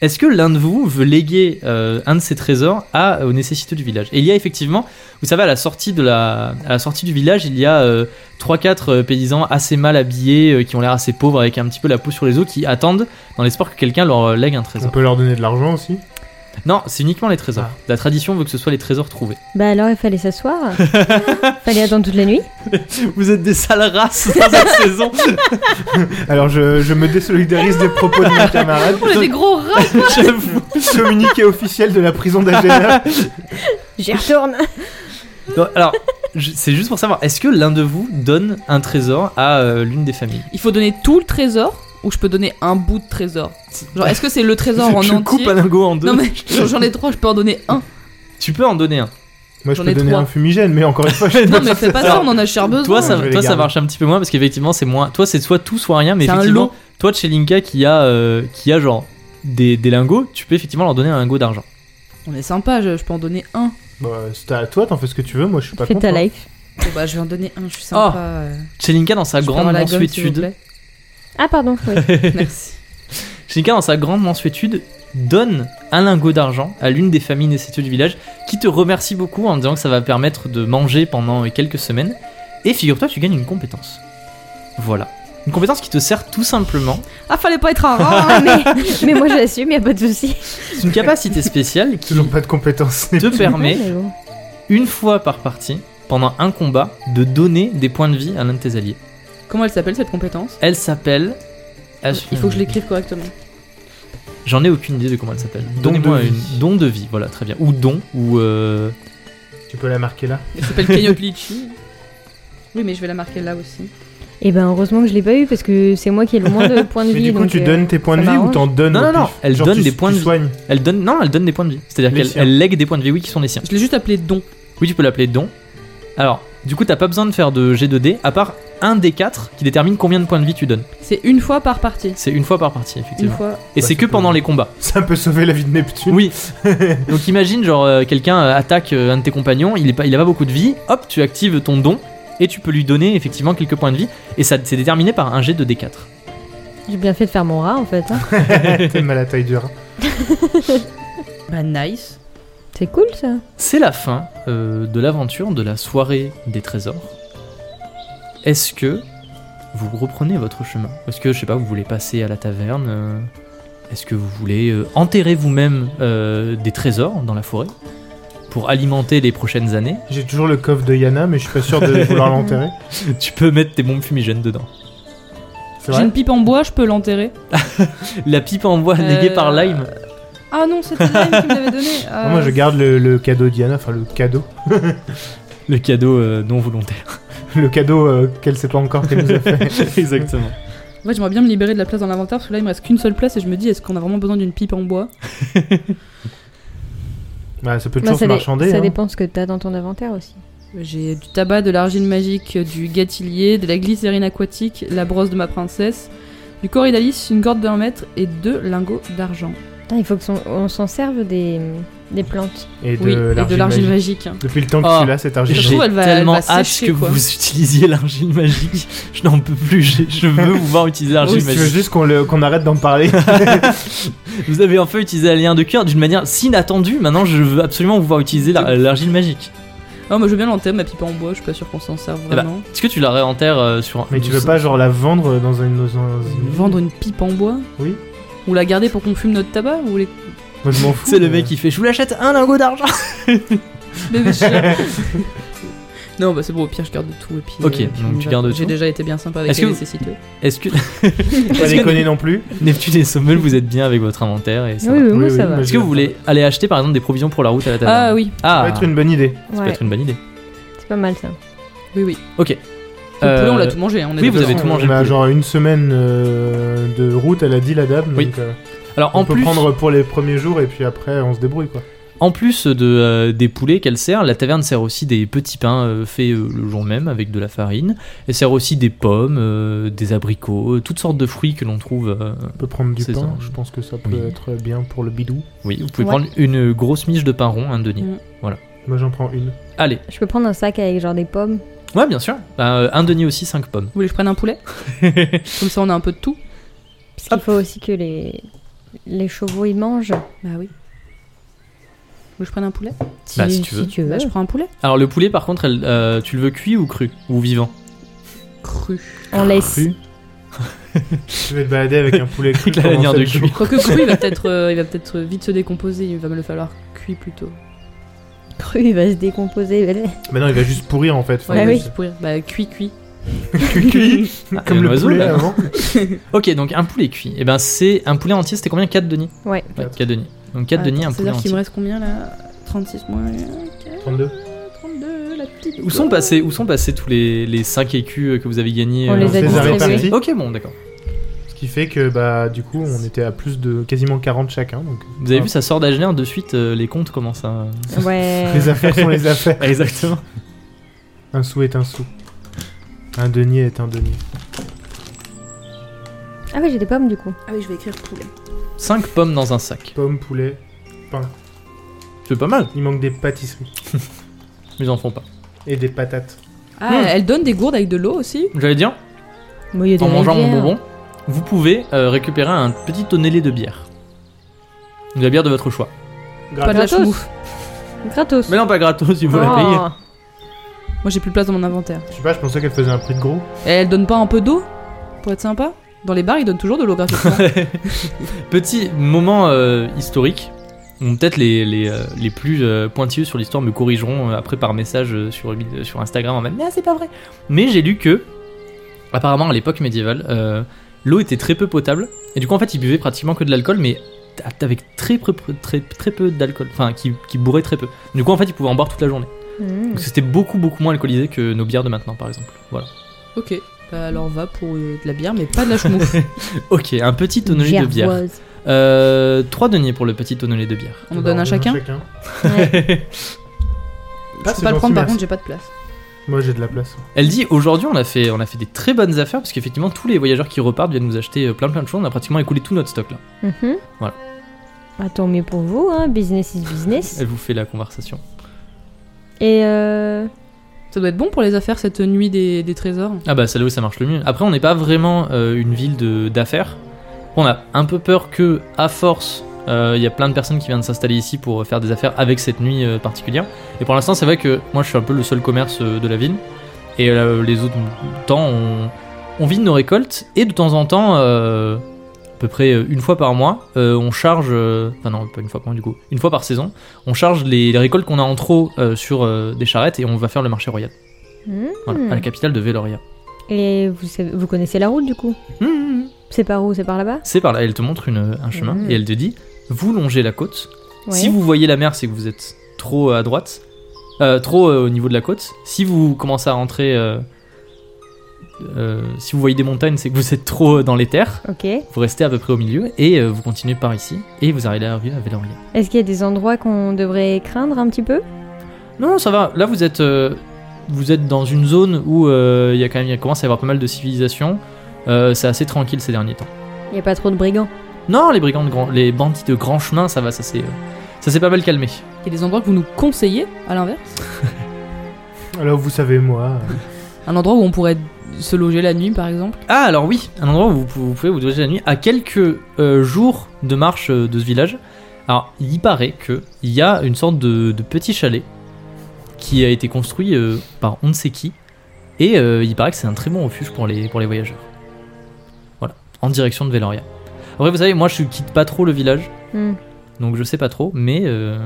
S1: Est-ce que l'un de vous veut léguer euh, un de ses trésors à, aux nécessiteux du village Et il y a effectivement, vous savez, à la sortie, de la, à la sortie du village, il y a euh, 3-4 paysans assez mal habillés, euh, qui ont l'air assez pauvres, avec un petit peu la peau sur les os, qui attendent dans l'espoir que quelqu'un leur euh, lègue un
S2: On
S1: trésor.
S2: peut leur donner de l'argent aussi.
S1: Non, c'est uniquement les trésors.
S2: Ah.
S1: La tradition veut que ce soit les trésors trouvés.
S3: Bah alors, il fallait s'asseoir. fallait attendre toute la nuit.
S1: Vous êtes des sales races dans cette saison
S2: Alors je, je me désolidarise des propos de mes camarades.
S5: On est des gros rats
S1: J'avoue.
S2: Communiqué officiel de la prison d'Agena.
S3: J'y retourne.
S1: Non, Alors, je- c'est juste pour savoir, est-ce que l'un de vous donne un trésor à euh, l'une des familles
S5: Il faut donner tout le trésor ou je peux donner un bout de trésor Genre, est-ce que c'est le trésor en
S1: Je
S5: entier
S1: coupe un lingot en deux.
S5: Non, mais j'en ai trois, je peux en donner un.
S1: Tu peux en donner un.
S2: Moi je
S5: J'en
S2: peux
S5: ai
S2: donner
S5: trois.
S2: un fumigène, mais encore une fois, je...
S5: Non, mais fais pas ça, on en a cher besoin.
S1: Toi, ça,
S2: je vais les
S1: toi, ça
S2: garder.
S1: marche un petit peu moins parce qu'effectivement, c'est moins. Toi, c'est soit tout, soit rien. Mais
S5: C'est un
S1: effectivement,
S5: lot.
S1: toi, de chez Linka qui a, euh, qui a genre des, des lingots, tu peux effectivement leur donner un lingot d'argent.
S5: On est sympa, je, je peux en donner un.
S2: Bah, c'est à toi, t'en fais ce que tu veux. Moi je suis pas
S3: Fais
S2: contre. hein.
S3: ta life.
S5: Bon, bah, je vais en donner un, je suis sympa.
S1: Oh,
S5: euh,
S1: Chez Linka, dans sa
S5: je peux
S1: grande
S5: avoir la gomme, s'il vous
S1: mensuétude,
S5: plaît.
S3: Ah, pardon. Oui.
S5: Merci.
S1: chez Linka, dans sa grande mensuétude, donne un lingot d'argent à l'une des familles nécessiteuses du village, qui te remercie beaucoup en disant que ça va permettre de manger pendant euh, quelques semaines. Et figure-toi, tu gagnes une compétence. Voilà. Une compétence qui te sert tout simplement
S5: Ah, fallait pas être un rat
S3: Ah, mais, mais moi, j'assume, y a pas de souci.
S1: C'est une capacité spéciale qui
S2: Toujours pas de compétences.
S1: te permet
S3: Ah, mais bon.
S1: une fois par partie, pendant un combat, de donner des points de vie à l'un de tes alliés.
S5: Comment elle s'appelle cette compétence
S1: Elle s'appelle.
S5: Il faut que je l'écrive correctement.
S1: J'en ai aucune idée de comment elle s'appelle.
S2: Don
S1: Donnez-moi
S2: de vie.
S1: une don de vie, voilà, très bien. Ou don, ou. euh,
S2: Tu peux la marquer là.
S5: Elle s'appelle Kenyoplichi. Oui, mais je vais la marquer là aussi.
S3: Eh ben, heureusement que je l'ai pas eu parce que c'est moi qui ai le moins de points de
S2: Mais
S3: vie.
S2: du coup,
S3: donc,
S2: tu
S3: euh,
S2: donnes tes points de
S3: ça
S2: vie ou
S3: m'arrange.
S2: t'en donnes
S1: Non,
S2: au
S1: non, non,
S2: pif
S1: elle
S2: Genre,
S1: donne
S2: tu-
S1: des points de
S2: tu
S1: vie.
S2: soignes.
S1: Elle donne. Non, elle donne des points de vie. C'est-à-dire
S2: Les
S1: qu'elle
S2: siens.
S1: elle lègue des points de vie, oui, qui sont les siens.
S5: Je l'ai juste appelé Don.
S1: Oui, tu peux l'appeler don. Alors, du coup, t'as pas besoin de faire de G2D, à part un des quatre qui détermine combien de points de vie tu donnes.
S5: C'est une fois par partie.
S1: C'est une fois par partie,
S5: Une
S1: effectivement.
S5: fois.
S1: Et
S2: Bah,
S1: c'est
S2: c'est
S1: que
S2: pas
S1: pendant
S2: mal.
S1: les combats.
S2: Ça peut sauver la vie de Neptune.
S1: Oui. Donc imagine, genre, euh, quelqu'un euh, attaque euh, un de tes compagnons, il, est pas, il a pas beaucoup de vie, hop, tu actives ton don et tu peux lui donner effectivement quelques points de vie. Et ça, c'est déterminé par un jet de D4.
S3: J'ai bien fait de faire mon rat en fait. hein.
S2: T'es mal à la taille du rat.
S5: Bah, nice.
S3: C'est cool ça.
S1: C'est la fin euh, de l'aventure de la soirée des trésors. Est-ce que vous reprenez votre chemin Est-ce que, je sais pas, vous voulez passer à la taverne euh, Est-ce que vous voulez euh, enterrer vous-même euh, des trésors dans la forêt pour alimenter les prochaines années
S2: J'ai toujours le coffre de Yana, mais je suis pas sûr de vouloir l'enterrer.
S1: Tu peux mettre tes bombes fumigènes dedans.
S2: C'est
S5: J'ai
S2: vrai
S5: une pipe en bois, je peux l'enterrer.
S1: La pipe en bois
S5: Euh,
S1: léguée par Lime.
S5: Ah non, c'était Lime qui me l'avait donné.
S3: Euh,
S2: Ah, Moi, je garde le, le cadeau de Yana, enfin le cadeau.
S1: Le cadeau euh, non volontaire.
S2: Le cadeau euh, qu'elle sait pas encore qu'elle nous a fait.
S1: Exactement.
S5: Ouais, j'aimerais bien me libérer de la place dans l'inventaire parce que là, il me reste qu'une seule place et je me dis, est-ce qu'on a vraiment besoin d'une pipe en bois
S2: Bah, ça peut
S3: Bah,
S2: toujours se
S3: ça, dé-
S2: marchander.
S3: ça
S2: hein.
S3: dépend ce que t'as dans ton inventaire aussi.
S5: J'ai du tabac, de l'argile magique, du gâtillier, de la glycérine aquatique, la brosse de ma princesse, du corydalis, une corde d'un mètre et deux lingots d'argent.
S3: Putain, il faut que son- on s'en serve des, Des plantes.
S2: Et de
S5: oui, et de
S2: l'argile
S5: l'argile
S2: magique.
S5: magique.
S2: Depuis le temps que
S1: Ah.
S2: tu l'as, cette argile
S5: Je
S1: J'ai
S5: trouve, elle va- elle
S1: tellement
S5: va
S1: hâte
S5: sécher,
S1: que
S5: quoi.
S1: vous utilisiez l'argile magique. Je n'en peux plus. Je, je veux vous voir utiliser
S2: magique.
S1: l'argile
S2: Tu veux
S1: magique.
S2: juste qu'on le- qu'on arrête d'en parler
S1: Vous avez enfin utilisé un lien de cœur d'une manière si inattendue. Maintenant, je veux absolument vous voir utiliser la- l'argile magique.
S5: Non, Ah, moi je veux bien l'anthème, ma pipe en bois, je suis pas sûr qu'on s'en serve
S2: ben,
S1: Eh bah,
S5: vraiment.
S1: Est-ce que tu la réenterres euh, sur un.
S2: Mais tu veux pas genre la vendre dans une... dans une-
S5: Vendre une pipe en bois
S2: Oui.
S5: Ou la garder pour qu'on fume notre tabac ou les...
S2: Moi je m'en fous.
S1: C'est le
S2: mais-
S1: mec qui fait Je vous l'achète un lingot d'argent.
S5: Mais oui, je- Non, bah c'est bon, au pire, je garde tout. Et puis,
S1: Ok,
S5: et puis
S1: donc
S5: on y
S1: tu
S5: va.
S1: gardes
S5: J'ai
S1: tout.
S5: déjà été bien sympa avec
S1: Est-ce
S5: les
S1: que vous-
S5: nécessiteux.
S1: Est-ce que
S2: Pas déconner non plus.
S1: Neptune et Sommel, vous êtes bien avec votre inventaire et ça
S3: oui,
S1: va
S3: oui, moi
S2: Oui, oui,
S3: ça va.
S2: mais-
S1: Est-ce que vous voulez aller acheter par exemple des provisions pour la route à la taverne
S5: Ah oui,
S2: Ça
S1: Ah,
S2: peut être une bonne idée.
S1: ça peut
S3: Ouais,
S1: être une bonne idée.
S3: c'est pas mal ça.
S5: oui, oui. Le
S1: Euh,
S5: poulet, on l'a tout mangé. hein, On est
S1: oui, vous
S5: d'accord.
S1: avez tout mangé,
S2: On a
S1: le poulet.
S2: genre une semaine euh, de route, elle a dit la dame.
S1: Oui.
S2: donc, euh,
S1: Alors
S2: on
S1: en
S2: peut
S1: plus,
S2: prendre pour les premiers jours et puis après on se débrouille quoi.
S1: en plus de, euh, des poulets qu'elle sert, la taverne sert aussi des petits pains euh, faits euh, le jour même avec de la farine. Elle sert aussi des pommes, euh, des abricots, euh, toutes sortes de fruits que l'on trouve. euh,
S2: On peut prendre du
S1: C'est
S2: pain,
S1: ça.
S2: je pense que ça peut
S1: Oui.
S2: être bien pour le bidou.
S1: Oui, vous pouvez
S3: Ouais.
S1: prendre une grosse miche de pain rond, un denier.
S5: Mm.
S2: Moi j'en prends une.
S1: Allez,
S3: Je peux prendre un sac avec genre des pommes.
S1: ouais, bien sûr. Bah, euh, un denier aussi, cinq pommes.
S5: Vous voulez que je prenne un poulet Comme ça, on a un peu de tout.
S3: Parce qu'il faut aussi que les, les chevaux ils mangent.
S5: Bah oui. Vous voulez que je prenne un poulet
S1: Bah, si tu veux.
S5: Bah, je prends un poulet
S1: Alors le poulet, par contre, elle, euh, tu le veux cuit ou cru ou vivant
S5: cru.
S3: On
S2: Ah,
S3: laisse.
S2: Je vais te balader avec un poulet cru.
S1: Avec la
S2: pendant
S1: lanière de
S2: sept
S1: cuir.
S2: jours.
S5: Quoique cru, il va peut-être euh, il va peut-être vite se décomposer. Il va me le falloir cuit plutôt.
S3: Cru, il va se décomposer.
S2: Bah non, il va juste pourrir en fait.
S3: Bah
S5: il va
S3: oui.
S5: se pourrir. Bah cuit, cuit.
S2: Cuit, cuit,
S1: Ah, il y a
S2: Comme
S1: un
S2: le
S1: oiseau,
S2: poulet
S1: là.
S2: avant.
S1: Ok, donc un poulet cuit. Et ben c'est un poulet entier, c'était combien 4 deniers
S3: Ouais.
S1: Ouais,
S2: Quatre.
S1: 4 deniers. Donc 4 deniers,
S5: Euh,
S1: un
S5: Bah, Attends,
S1: poulet
S5: C'est-à-dire qu'il
S1: entier.
S5: me reste combien là 36 moins
S2: 32.
S5: 32, la petite.
S1: Où sont passés, où sont passés tous les, les 5 écus euh, que vous avez gagnés
S3: On
S1: euh,
S3: les a
S1: dans cette
S3: distribués.
S1: partie Ok, bon, d'accord.
S2: Ce qui fait que bah du coup on était à plus de quasiment 40 chacun. Donc,
S1: Vous avez
S2: Ah.
S1: vu, ça sort d'Agener de suite, euh, les comptes commencent à.
S3: Ouais.
S2: Les affaires sont les affaires.
S1: Exactement.
S2: Un sou est un sou. Un denier est un denier.
S3: Ah ouais, j'ai des pommes du coup.
S4: Ah oui, je vais écrire poulet.
S1: 5 pommes dans un sac.
S2: Pomme, poulet.
S1: C'est pas mal,
S2: Il manque des pâtisseries.
S1: mais ils en font pas.
S2: Et des patates.
S5: Ah, elle donne des gourdes avec de l'eau aussi
S1: J'allais dire,
S3: Bon, il y a des
S1: en mangeant mon
S3: rivières.
S1: bonbon, vous pouvez euh, récupérer un petit tonnelé de bière. De la bière de votre choix.
S5: Pas de la
S3: Gratos.
S5: chmouf.
S3: Gratos.
S1: Mais non, pas gratos, il faut la payer.
S3: Oh.
S5: Moi j'ai plus de place dans mon inventaire.
S2: Je sais pas, je pensais qu'elle faisait un prix de gros.
S5: Et elle donne pas un peu d'eau Pour être sympa Dans les bars ils donnent toujours de l'eau gratuitement.
S1: Petit moment euh, historique. Bon, Peut-être les, les, euh, les plus euh, pointilleux sur l'histoire me corrigeront euh, après par message euh, sur, euh, sur Instagram en mode Mais ah, c'est pas vrai Mais j'ai lu que, apparemment à l'époque médiévale, euh, l'eau était très peu potable. Et du coup, en fait, ils buvaient pratiquement que de l'alcool, mais t- avec très peu, très, très peu d'alcool. Enfin, qui, qui bourrait très peu. Du coup, en fait, ils pouvaient en boire toute la journée.
S3: Mmh.
S1: Donc c'était beaucoup, beaucoup moins alcoolisé que nos bières de maintenant, par exemple. Voilà.
S5: ok, bah, alors va pour euh, de la bière mais pas de la chmouf.
S1: Ok, un petit tonnelier de bière.
S3: Gervoise.
S1: Euh, 3 deniers pour le petit tonnelier de bière.
S5: On en donne
S2: Bah,
S5: un chacun
S3: Ouais.
S2: Ah,
S5: Je peux
S2: c'est
S5: pas le
S2: gentil,
S5: prendre par
S2: merci.
S5: contre j'ai pas de place.
S2: Moi j'ai de la place.
S1: Elle dit aujourd'hui on a fait on a fait des très bonnes affaires parce qu'effectivement tous les voyageurs qui repartent viennent nous acheter euh, plein plein de choses on a pratiquement écoulé tout notre stock là.
S3: Mhm.
S1: Voilà.
S3: Bah, tant mieux pour vous, hein. business is business.
S1: Elle vous fait la conversation.
S3: Et euh,
S5: Ça doit être bon pour les affaires cette nuit des, des trésors.
S1: Ah bah celle où ça marche le mieux. Après on n'est pas vraiment euh, une ville de- d'affaires. On a un peu peur que à force euh, il y a plein de personnes qui viennent s'installer ici pour faire des affaires avec cette nuit euh, particulière. Et pour l'instant c'est vrai que moi je suis un peu le seul commerce euh, de la ville et euh, les autres temps on, on vide nos récoltes et de temps en temps euh, à peu près euh, une fois par mois, euh, on charge, euh, enfin non, pas une fois par mois du coup, une fois par saison, on charge les, les récoltes qu'on a en trop euh, sur euh, des charrettes et on va faire le marché royal,
S3: hmm.
S1: voilà, à la capitale de Veloria.
S3: et vous, savez- vous connaissez la route du coup
S1: Mmh.
S3: C'est par où C'est par là-bas
S1: C'est par là, elle te montre une- un chemin
S3: Mhm.
S1: et elle te dit Vous longez la côte.
S3: Ouais.
S1: Si vous voyez la mer, c'est que vous êtes trop à droite, euh, trop euh, au niveau de la côte. Si vous commencez à rentrer. euh, euh, si vous voyez des montagnes, c'est que vous êtes trop euh, dans les terres.
S3: Ok.
S1: Vous restez à peu près au milieu et euh, vous continuez par ici et vous arrivez à Véloria.
S3: Est-ce qu'il y a des endroits qu'on devrait craindre un petit peu
S1: Non, non, ça va. Là, vous êtes, euh, vous êtes dans une zone où euh, il y a quand même, il commence à y avoir pas mal de civilisations. Euh, c'est assez tranquille ces derniers temps.
S3: Il n'y a pas trop de brigands.
S1: Non, les brigands de grand, les bandits de grand chemin, ça va, ça c'est, euh, ça, Ça s'est pas mal calmé.
S5: Il y a des endroits que vous nous conseillez, à l'inverse
S2: Alors vous savez, moi. euh,
S5: Un endroit où on pourrait se loger la nuit, par exemple
S1: Ah, alors oui, un endroit où vous, pou- vous pouvez vous loger la nuit, à quelques euh, jours de marche euh, de ce village. Alors, il paraît que il y a une sorte de, de petit chalet qui a été construit euh, par on ne sait qui, et euh, il paraît que c'est un très bon refuge pour les, pour les voyageurs. Voilà, en direction de Veloria. Après, vous savez, moi je quitte pas trop le village,
S3: Hmm.
S1: donc je sais pas trop, mais euh,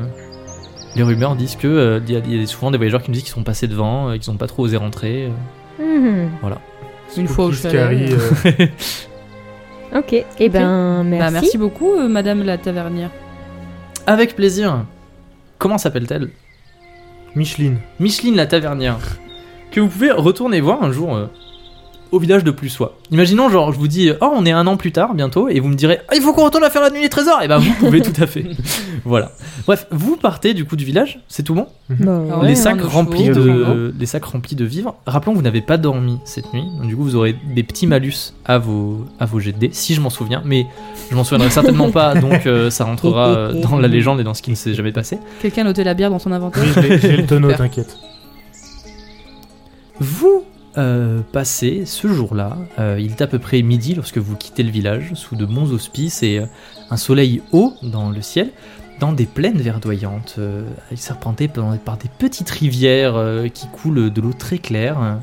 S1: les rumeurs disent que euh, il y a- il y, a souvent des voyageurs qui me disent qu'ils sont passés devant, euh, qu'ils ont pas trop osé rentrer. euh.
S3: Mhm.
S5: Une fois au
S2: Spooky
S5: chalet.
S2: Scary, euh,
S3: Ok, et ben merci.
S5: Bah, merci beaucoup, euh, madame la tavernière.
S1: Avec plaisir. Comment s'appelle-t-elle
S2: Micheline.
S1: Micheline la tavernière, que vous pouvez retourner voir un jour euh, au village de Plussois. Imaginons, genre, je vous dis, euh, oh, on est un an plus tard bientôt, et vous me direz, Ah, il faut qu'on retourne à faire la nuit des trésors. Et bah, vous pouvez tout à fait. voilà. Bref, vous partez du coup du village, c'est tout bon
S3: Bon.
S5: Ah ouais,
S1: les,
S5: hein,
S1: sacs
S5: nos
S1: remplis
S5: chevaux,
S1: de, les sacs remplis de vivres. Rappelons que vous n'avez pas dormi cette nuit, donc du coup vous aurez des petits malus à vos, à vos jets de dés, si je m'en souviens, mais je m'en souviendrai certainement pas, donc euh, ça rentrera euh, dans la légende et dans ce qui ne s'est jamais passé.
S5: Quelqu'un a noté la bière dans son inventaire
S2: Oui, je l'ai- J'ai le tonneau,
S5: Super.
S2: t'inquiète.
S1: Vous euh, passez ce jour-là, euh, il est à peu près midi lorsque vous quittez le village, sous de bons auspices et euh, un soleil haut dans le ciel, dans des plaines verdoyantes, euh, serpentées par, par des petites rivières euh, qui coulent de l'eau très claire, euh,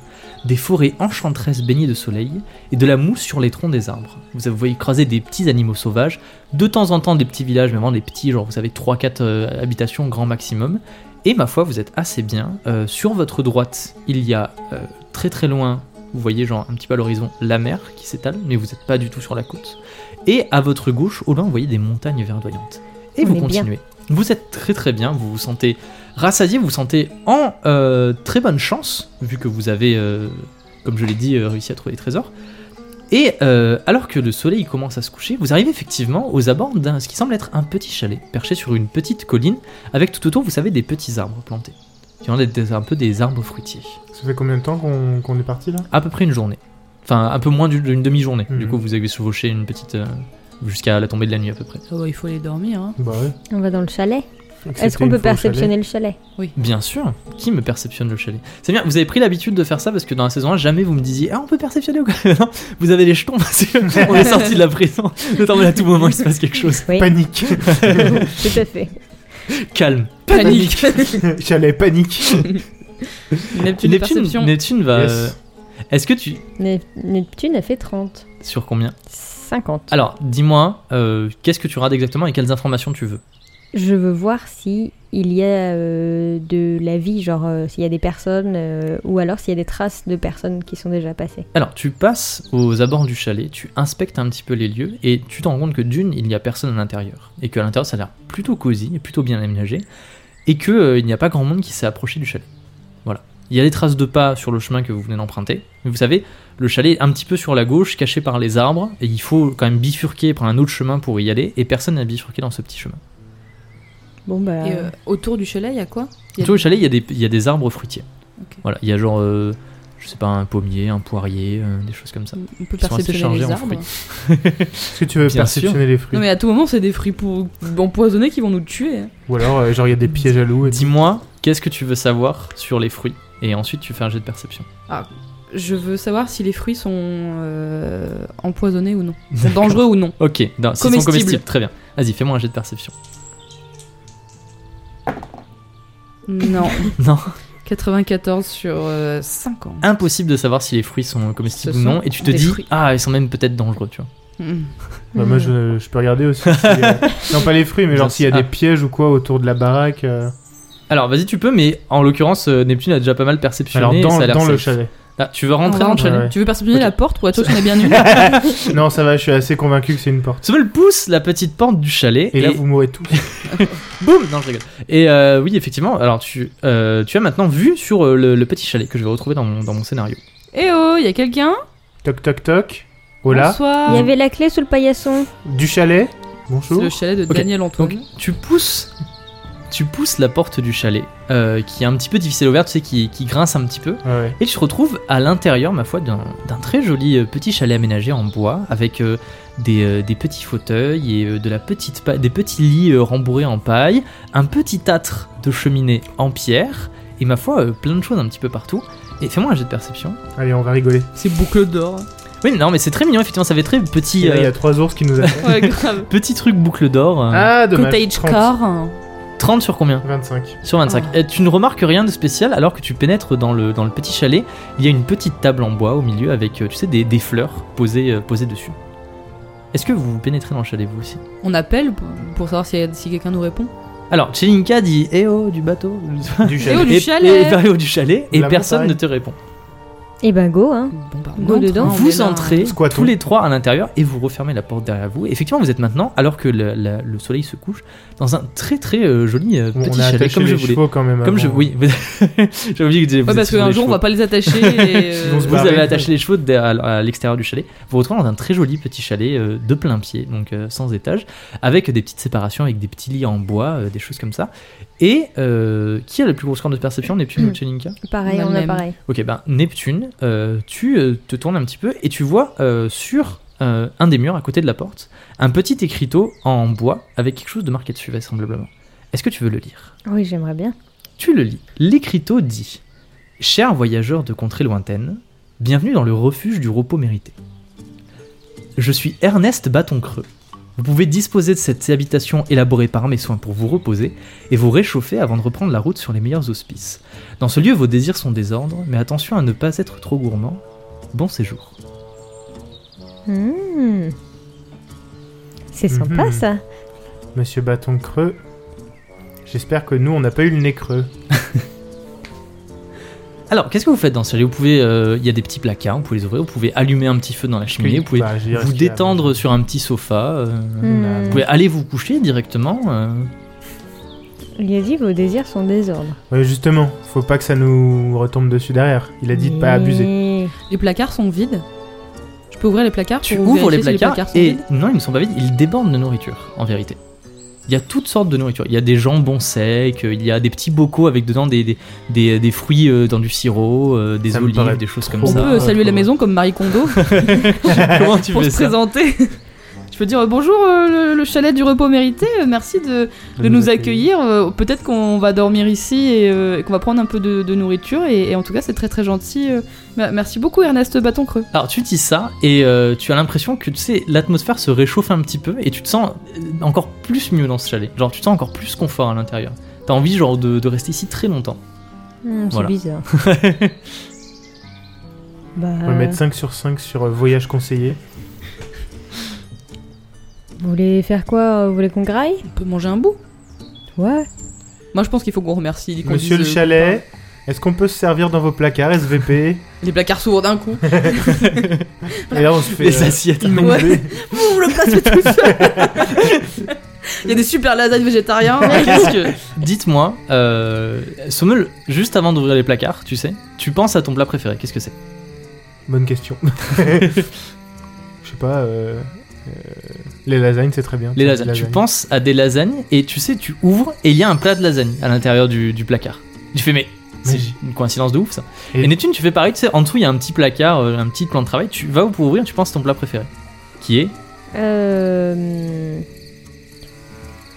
S1: des forêts enchanteresses baignées de soleil et de la mousse sur les troncs des arbres. Vous voyez croiser des petits animaux sauvages, de temps en temps des petits villages, mais vraiment des petits, genre vous savez 3-4 habitations grand maximum. Et ma foi, vous êtes assez bien. Euh, sur votre droite, il y a euh, très très loin, vous voyez genre un petit peu à l'horizon, la mer qui s'étale, mais vous n'êtes pas du tout sur la côte. Et à votre gauche, au loin, vous voyez des montagnes verdoyantes. Et
S3: On
S1: vous
S3: est bien.
S1: continuez. Vous êtes très très bien, vous vous sentez rassasié, vous vous sentez en euh, très bonne chance, vu que vous avez, euh, comme je l'ai dit, euh, réussi à trouver des trésors. Et euh, alors que le soleil commence à se coucher, vous arrivez effectivement aux abords d'un ce qui semble être un petit chalet, perché sur une petite colline avec tout autour, vous savez, des petits arbres plantés. Qui ont des- un peu des arbres fruitiers.
S2: Ça fait combien de temps qu'on qu'on est parti là
S1: À peu près une journée. Enfin, un peu moins d'une d'une demi-journée. Du
S2: Mhm.
S1: coup, vous avez chevauché une petite. euh, jusqu'à la tombée de la nuit à peu près.
S5: Ah ouais, Il faut aller dormir. Hein.
S2: Bah ouais.
S3: On va dans le chalet.
S2: Excepté
S3: Est-ce qu'on
S2: une
S3: peut
S2: fois au chalet.
S3: perceptionner le chalet
S1: Bien sûr Qui me perceptionne le chalet C'est bien, vous avez pris l'habitude de faire ça parce que dans la saison 1, jamais vous me disiez Ah, on peut perceptionner ou quoi Non, vous avez les jetons parce qu'on est sorti de la prison. Le temps, mais à tout moment, il se passe quelque chose.
S3: Oui,
S2: Panique
S3: tout à fait.
S1: Calme.
S5: Panique
S2: Chalet, panique
S5: Neptune, de perception.
S1: Neptune va.
S2: Yes.
S1: euh, Est-ce que tu.
S3: Nep- Neptune a fait 30.
S1: Sur combien
S3: 50.
S1: Alors, dis-moi, euh, qu'est-ce que tu rades exactement et quelles informations tu veux
S3: Je veux voir si il y a euh, de la vie, genre euh, s'il y a des personnes euh, ou alors s'il y a des traces de personnes qui sont déjà passées.
S1: Alors, tu passes aux abords du chalet, tu inspectes un petit peu les lieux et tu te rends compte que d'une, il n'y a personne à l'intérieur et qu'à l'intérieur, ça a l'air plutôt cosy et plutôt bien aménagé et que euh, il n'y a pas grand monde qui s'est approché du chalet. Voilà. Il y a des traces de pas sur le chemin que vous venez d'emprunter. Mais vous savez, le chalet est un petit peu sur la gauche, caché par les arbres et il faut quand même bifurquer, prendre un autre chemin pour y aller et personne n'a bifurqué dans ce petit chemin.
S3: Bon bah
S5: Et, euh, autour du chalet, il y a quoi Il y a-
S1: Autour du chalet, il y a des, il y a des arbres fruitiers.
S5: Ok.
S1: Voilà, il y a genre, euh, je sais pas, un pommier, un poirier, euh, des choses comme ça.
S5: On peut
S1: Ils sont assez
S5: perceptionner
S1: chargés
S5: les
S1: en
S5: arbres.
S1: fruits.
S2: Est-ce que tu veux
S1: Bien
S2: perceptionner les fruits
S5: Non mais à tout moment, c'est des fruits pour- empoisonnés qui vont nous tuer. hein.
S2: Ou alors, euh, genre, il y a des pièges à loup et tout.
S1: Dis-moi, qu'est-ce que tu veux savoir sur les fruits Et ensuite, tu fais un jet de perception.
S5: Je veux savoir si les fruits sont euh, empoisonnés ou non. Sont dangereux ou non.
S1: Ok, non, s'ils sont
S5: Comestibles.
S1: comestibles, très bien. Vas-y, fais-moi un jet de perception.
S5: Non.
S1: Non.
S5: 94 sur euh, 50.
S1: Impossible de savoir si les fruits sont comestibles
S5: Ce
S1: ou non,
S5: sont
S1: et tu te
S5: des
S1: dis,
S5: fruits.
S1: ah, ils sont même peut-être dangereux, tu vois.
S5: Hmm.
S2: Bah, moi, je, je peux regarder aussi. si, euh, Non, pas les fruits, mais genre, s'il y a
S1: Ah.
S2: des pièges ou quoi autour de la baraque. euh,
S1: Alors, vas-y, tu peux, mais en l'occurrence, euh, Neptune a déjà pas mal perceptionné.
S2: Alors, dans,
S1: ça a l'air
S2: dans le
S1: safe.
S2: chalet.
S1: Ah, tu veux
S5: On
S1: rentrer
S5: va
S1: dans le
S5: rentrer.
S1: chalet
S2: Ouais.
S5: Tu veux perceptionner
S1: Ok.
S5: la porte ou à toi tu en es bien nul
S2: Non, ça va, je suis assez convaincu que c'est une porte.
S1: Tu veux le pousse la petite porte du chalet
S2: Et là, vous mourrez tous.
S1: Boum Non, je rigole. Et euh, oui, effectivement, alors tu, euh, tu as maintenant vu sur euh, le, le petit chalet que je vais retrouver dans mon, dans mon scénario.
S5: Eh oh, il y a quelqu'un
S2: Toc, toc, toc. Hola.
S5: Bonsoir.
S3: Il y avait la clé sous le paillasson.
S2: Du chalet. Ah
S5: C'est
S2: Bonjour.
S5: le chalet de
S1: Ok.
S5: Daniel Antoine.
S1: Donc tu pousses, tu pousses la porte du chalet, euh, qui est un petit peu difficile à ouvrir, tu sais, qui, qui grince un petit peu,
S2: Ah ouais.
S1: et tu te retrouves à l'intérieur, ma foi, d'un d'un très joli euh, petit chalet aménagé en bois, avec euh, des, euh, des petits fauteuils et euh, de la petite pa- des petits lits euh, rembourrés en paille, un petit âtre de cheminée en pierre, et ma foi, euh, plein de choses un petit peu partout. Et fais-moi un jet de perception.
S2: Allez, on va rigoler.
S5: C'est boucle d'or.
S1: Oui, non, mais c'est très mignon, effectivement, ça fait très petit,
S2: Et là, Il y
S1: euh,
S2: a trois ours qui nous attendent.
S5: Ouais, grave.
S1: petit truc boucle d'or. euh,
S2: ah, dommage.
S5: Cottage
S2: 30,
S5: car.
S1: 30 sur combien
S2: 25.
S1: Sur 25.
S5: Ah.
S1: Et tu ne remarques rien de spécial alors que tu pénètres dans le, dans le petit chalet. Il y a une petite table en bois au milieu avec, euh, tu sais, des, des fleurs posées, euh, posées dessus. Est-ce que vous pénétrez dans le chalet vous aussi
S5: On appelle pour- pour savoir si, si quelqu'un nous répond.
S1: Alors, Chelinka dit Eh oh, du bateau
S2: Du
S5: Eh oh,
S2: chalet.
S5: du
S1: Et-
S5: chalet.
S1: et- et- oh, du chalet Et
S2: La
S1: personne
S2: montagne.
S1: ne te répond.
S3: Et ben go, hein.
S5: Bon, bah,
S3: Go
S5: on entre,
S3: dedans.
S5: hein, on est
S1: vous
S5: là.
S1: entrez
S2: Squattons.
S1: tous les trois à l'intérieur et vous refermez la porte derrière vous. Effectivement, vous êtes maintenant, alors que le, la- le soleil se couche, dans un très très euh, joli euh,
S2: Bon,
S1: petit
S2: on a
S1: chalet,
S2: attaché
S1: comme je
S2: les
S1: voulais.
S2: chevaux quand même.
S1: Comme
S2: avant.
S1: je. Oui, vous- j'avais oublié que vous
S5: Ouais,
S1: êtes
S5: parce
S1: sur
S5: qu'un
S1: les
S5: jour on
S1: chevaux.
S5: va pas les attacher. et, euh,
S2: Sinon, on se
S1: Vous
S2: barre.
S1: avez attaché les chevaux de- à à l'extérieur du chalet. Vous vous retrouvez dans un très joli petit chalet euh, de plein pied, donc euh, sans étage, avec des petites séparations, avec des petits lits en bois, euh, des choses comme ça. Et euh, qui a le plus gros score de perception, Neptune ou Chelinka
S3: Pareil,
S5: On a
S3: on
S5: le
S3: a
S5: même.
S3: pareil.
S1: Ok, ben Neptune, euh, tu euh, te tournes un petit peu et tu vois euh, sur euh, un des murs à côté de la porte un petit écriteau en bois avec quelque chose de marqué dessus, vraisemblablement. Est-ce que tu veux le lire
S3: Oui, j'aimerais bien.
S1: tu le lis. L'écriteau dit Chers voyageurs de contrées lointaines, bienvenue dans le refuge du repos mérité. Je suis Ernest Bâton-Creux. Vous pouvez disposer de cette habitation élaborée par mes soins pour vous reposer et vous réchauffer avant de reprendre la route sur les meilleurs auspices. Dans ce lieu, vos désirs sont désordres, mais attention à ne pas être trop gourmand. Bon séjour.
S3: Hmm. C'est sympa
S2: Mhm.
S3: ça.
S2: Monsieur Bâton Creux, j'espère que nous, on n'a pas eu le nez creux.
S1: Alors, qu'est-ce que vous faites dans ce lieu Vous pouvez, euh, il y a des petits placards, vous pouvez les ouvrir, vous pouvez allumer un petit feu dans la cheminée, vous pouvez
S2: Bah, j'ai
S1: vous
S2: risqué
S1: détendre
S2: avant.
S1: sur un petit sofa. euh,
S2: a-
S1: Vous
S3: Hmm.
S1: pouvez aller vous coucher directement. euh.
S3: Il a dit vos désirs sont désordres.
S2: Ouais, justement, faut pas que ça nous retombe dessus derrière. Il a dit de pas abuser.
S3: Mais-
S5: Les placards sont vides. Je peux ouvrir les placards
S1: Tu
S5: pour
S1: ouvres
S5: vérifier
S1: les
S5: si
S1: placards,
S5: sont
S1: et
S5: vides
S1: non, ils ne sont pas vides, ils débordent de nourriture, en vérité. Il y a toutes sortes de nourriture. Il y a des jambons secs, euh, il y a des petits bocaux avec dedans des, des, des- des fruits euh, dans du sirop, euh, des
S2: Ça me
S1: olives,
S2: paraît
S1: des choses
S2: trop
S1: comme
S5: On
S1: ça.
S5: peut saluer la
S2: euh,
S5: maison comme Marie Kondo
S1: Comment tu
S5: pour
S1: fais
S5: se
S1: ça
S5: présenter. Je peux dire euh, bonjour euh, le, le chalet du repos mérité, euh, merci de, de nous accueillir. euh, Peut-être qu'on va dormir ici et euh, qu'on va prendre un peu de, de nourriture et, et en tout cas c'est très très gentil. euh. Mer- Merci beaucoup Ernest Bâton Creux.
S1: Alors tu dis ça et euh, tu as l'impression que tu sais l'atmosphère se réchauffe un petit peu et tu te sens euh, encore plus mieux dans ce chalet. Genre tu te sens encore plus confort à l'intérieur. T'as envie genre de- de rester ici très longtemps.
S3: Hmm, c'est
S1: Voilà.
S3: bizarre.
S2: On
S3: bah,
S1: euh.
S2: va mettre 5 sur 5 sur euh, voyage conseillé.
S3: vous voulez faire quoi Vous voulez qu'on graille
S5: On peut manger un bout.
S3: Ouais.
S5: Moi je pense qu'il faut qu'on remercie. qu'on
S2: Monsieur le
S5: dise, euh,
S2: chalet, est-ce qu'on peut se servir dans vos placards SVP
S5: Les placards s'ouvrent d'un coup.
S2: Et là, on se fait
S1: Les
S2: euh,
S1: assiettes.
S2: inonder.
S5: Ouvre le plat, c'est tout seul. Il y a des super lasagnes végétariens. Qu'est-ce que-
S1: Dites-moi, euh, Sommel, juste avant d'ouvrir les placards, tu sais, tu penses à ton plat préféré, qu'est-ce que c'est
S2: Bonne question. Je sais pas. euh, euh, les lasagnes, c'est très bien.
S1: Les
S2: Des
S1: lasagnes. Tu penses à des lasagnes et tu sais, tu ouvres et il y a un plat de lasagne à l'intérieur du, du placard. Tu fais, mais c'est
S2: Magie.
S1: une coïncidence de ouf ça. Et,
S2: Et-
S1: Neptune, tu fais pareil, tu sais, en dessous il y a un petit placard, euh, un petit plan de travail, tu vas pour ouvrir, tu penses à ton plat préféré. Qui est
S3: Euh,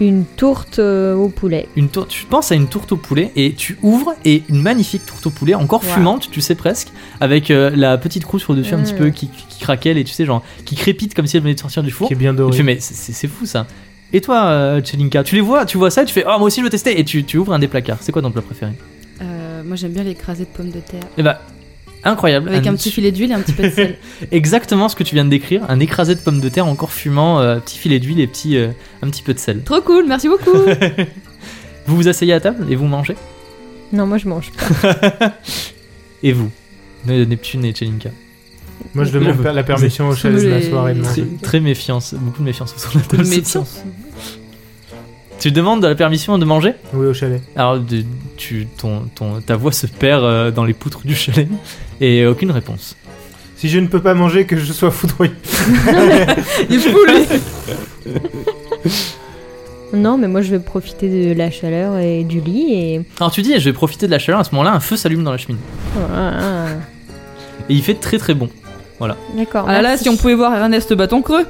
S3: Une tourte euh, au poulet.
S1: une tour- tu penses à une tourte au poulet et tu ouvres et une magnifique tourte au poulet encore
S3: Wow.
S1: fumante tu sais presque avec euh, la petite croûte sur le dessus un petit
S3: Mm.
S1: peu qui, qui craquelle et tu sais genre qui crépite comme si elle venait de sortir du four
S2: Qui est bien
S1: Et
S2: doré.
S1: tu fais, mais c'est- c'est c'est fou ça. Et toi, euh, Chelinka, tu les vois, tu vois ça, et tu fais, ah moi aussi je veux tester, et tu, tu ouvres un des placards. C'est quoi ton plat préféré
S5: Euh, moi j'aime bien l'écrasé de pommes de terre.
S1: Et bah, incroyable.
S5: Avec un petit filet d'huile et un petit peu de sel.
S1: Exactement ce que tu viens de décrire, un écrasé de pommes de terre encore fumant, euh, petit filet d'huile et petit, euh, un petit peu de sel.
S5: Trop cool, merci beaucoup.
S1: Vous vous asseyez à table et vous mangez
S3: Non, moi je mange pas.
S1: Et vous Ne- Neptune et Chelinka.
S2: Moi, je demande la permission au chalet de la soirée de
S1: Très,
S2: manger.
S1: très méfiance, beaucoup de méfiance autour de la table.
S5: Une
S1: ce
S5: méfiance.
S1: soir. Tu demandes la permission de manger
S2: Oui, au chalet.
S1: Alors, de- tu, ton, ton- ta voix se perd euh, dans les poutres du chalet, et aucune réponse.
S2: Si je ne peux pas manger, que je sois foudroyé.
S5: Il est fou lui.
S3: non, mais moi je vais profiter de la chaleur et du lit et.
S1: Alors tu dis, je vais profiter de la chaleur, à ce moment-là, un feu s'allume dans la cheminée.
S3: Ah, ah, ah.
S1: Et il fait très très bon.
S3: D'accord.
S5: Ah là là,
S3: merci.
S5: si on pouvait voir Ernest Bâton Creux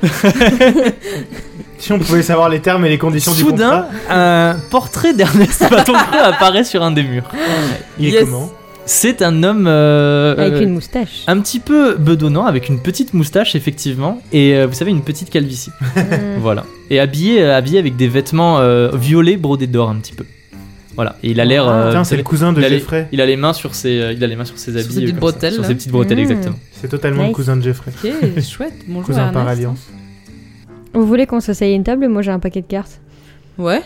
S2: Si on pouvait savoir les termes et les conditions du
S1: Soudain,
S2: contrat,
S1: un portrait d'Ernest Bâton Creux apparaît sur un des murs.
S2: il est
S5: Yes.
S2: comment
S1: C'est un homme euh,
S3: Avec
S1: euh,
S3: une moustache.
S1: un petit peu bedonnant, avec une petite moustache effectivement, et euh, vous savez une petite calvitie.
S5: Mm.
S3: Hmm.
S1: Voilà. Et habillé, euh, habillé avec des vêtements euh, violets brodés d'or un petit peu. Voilà. Et il a l'air. euh,
S2: Ah, Tiens,
S1: vous
S2: c'est
S1: savez,
S2: le cousin de
S1: il a les-
S2: Jeffrey.
S1: Il a les mains sur ses, euh, il a les mains sur ses
S5: Sur ses
S1: habits,
S5: petites
S1: euh, comme ça,
S5: bretelles,
S1: sur
S5: là. Mm.
S1: ses petites bretelles
S3: Mmh.
S1: exactement.
S2: C'est totalement le
S3: Nice.
S2: cousin de Jeffrey.
S5: Ok, chouette, bonjour
S2: Cousin
S5: Ernest.
S2: par alliance.
S3: Vous voulez qu'on s'asseye à une table Moi j'ai un paquet de cartes.
S5: Ouais,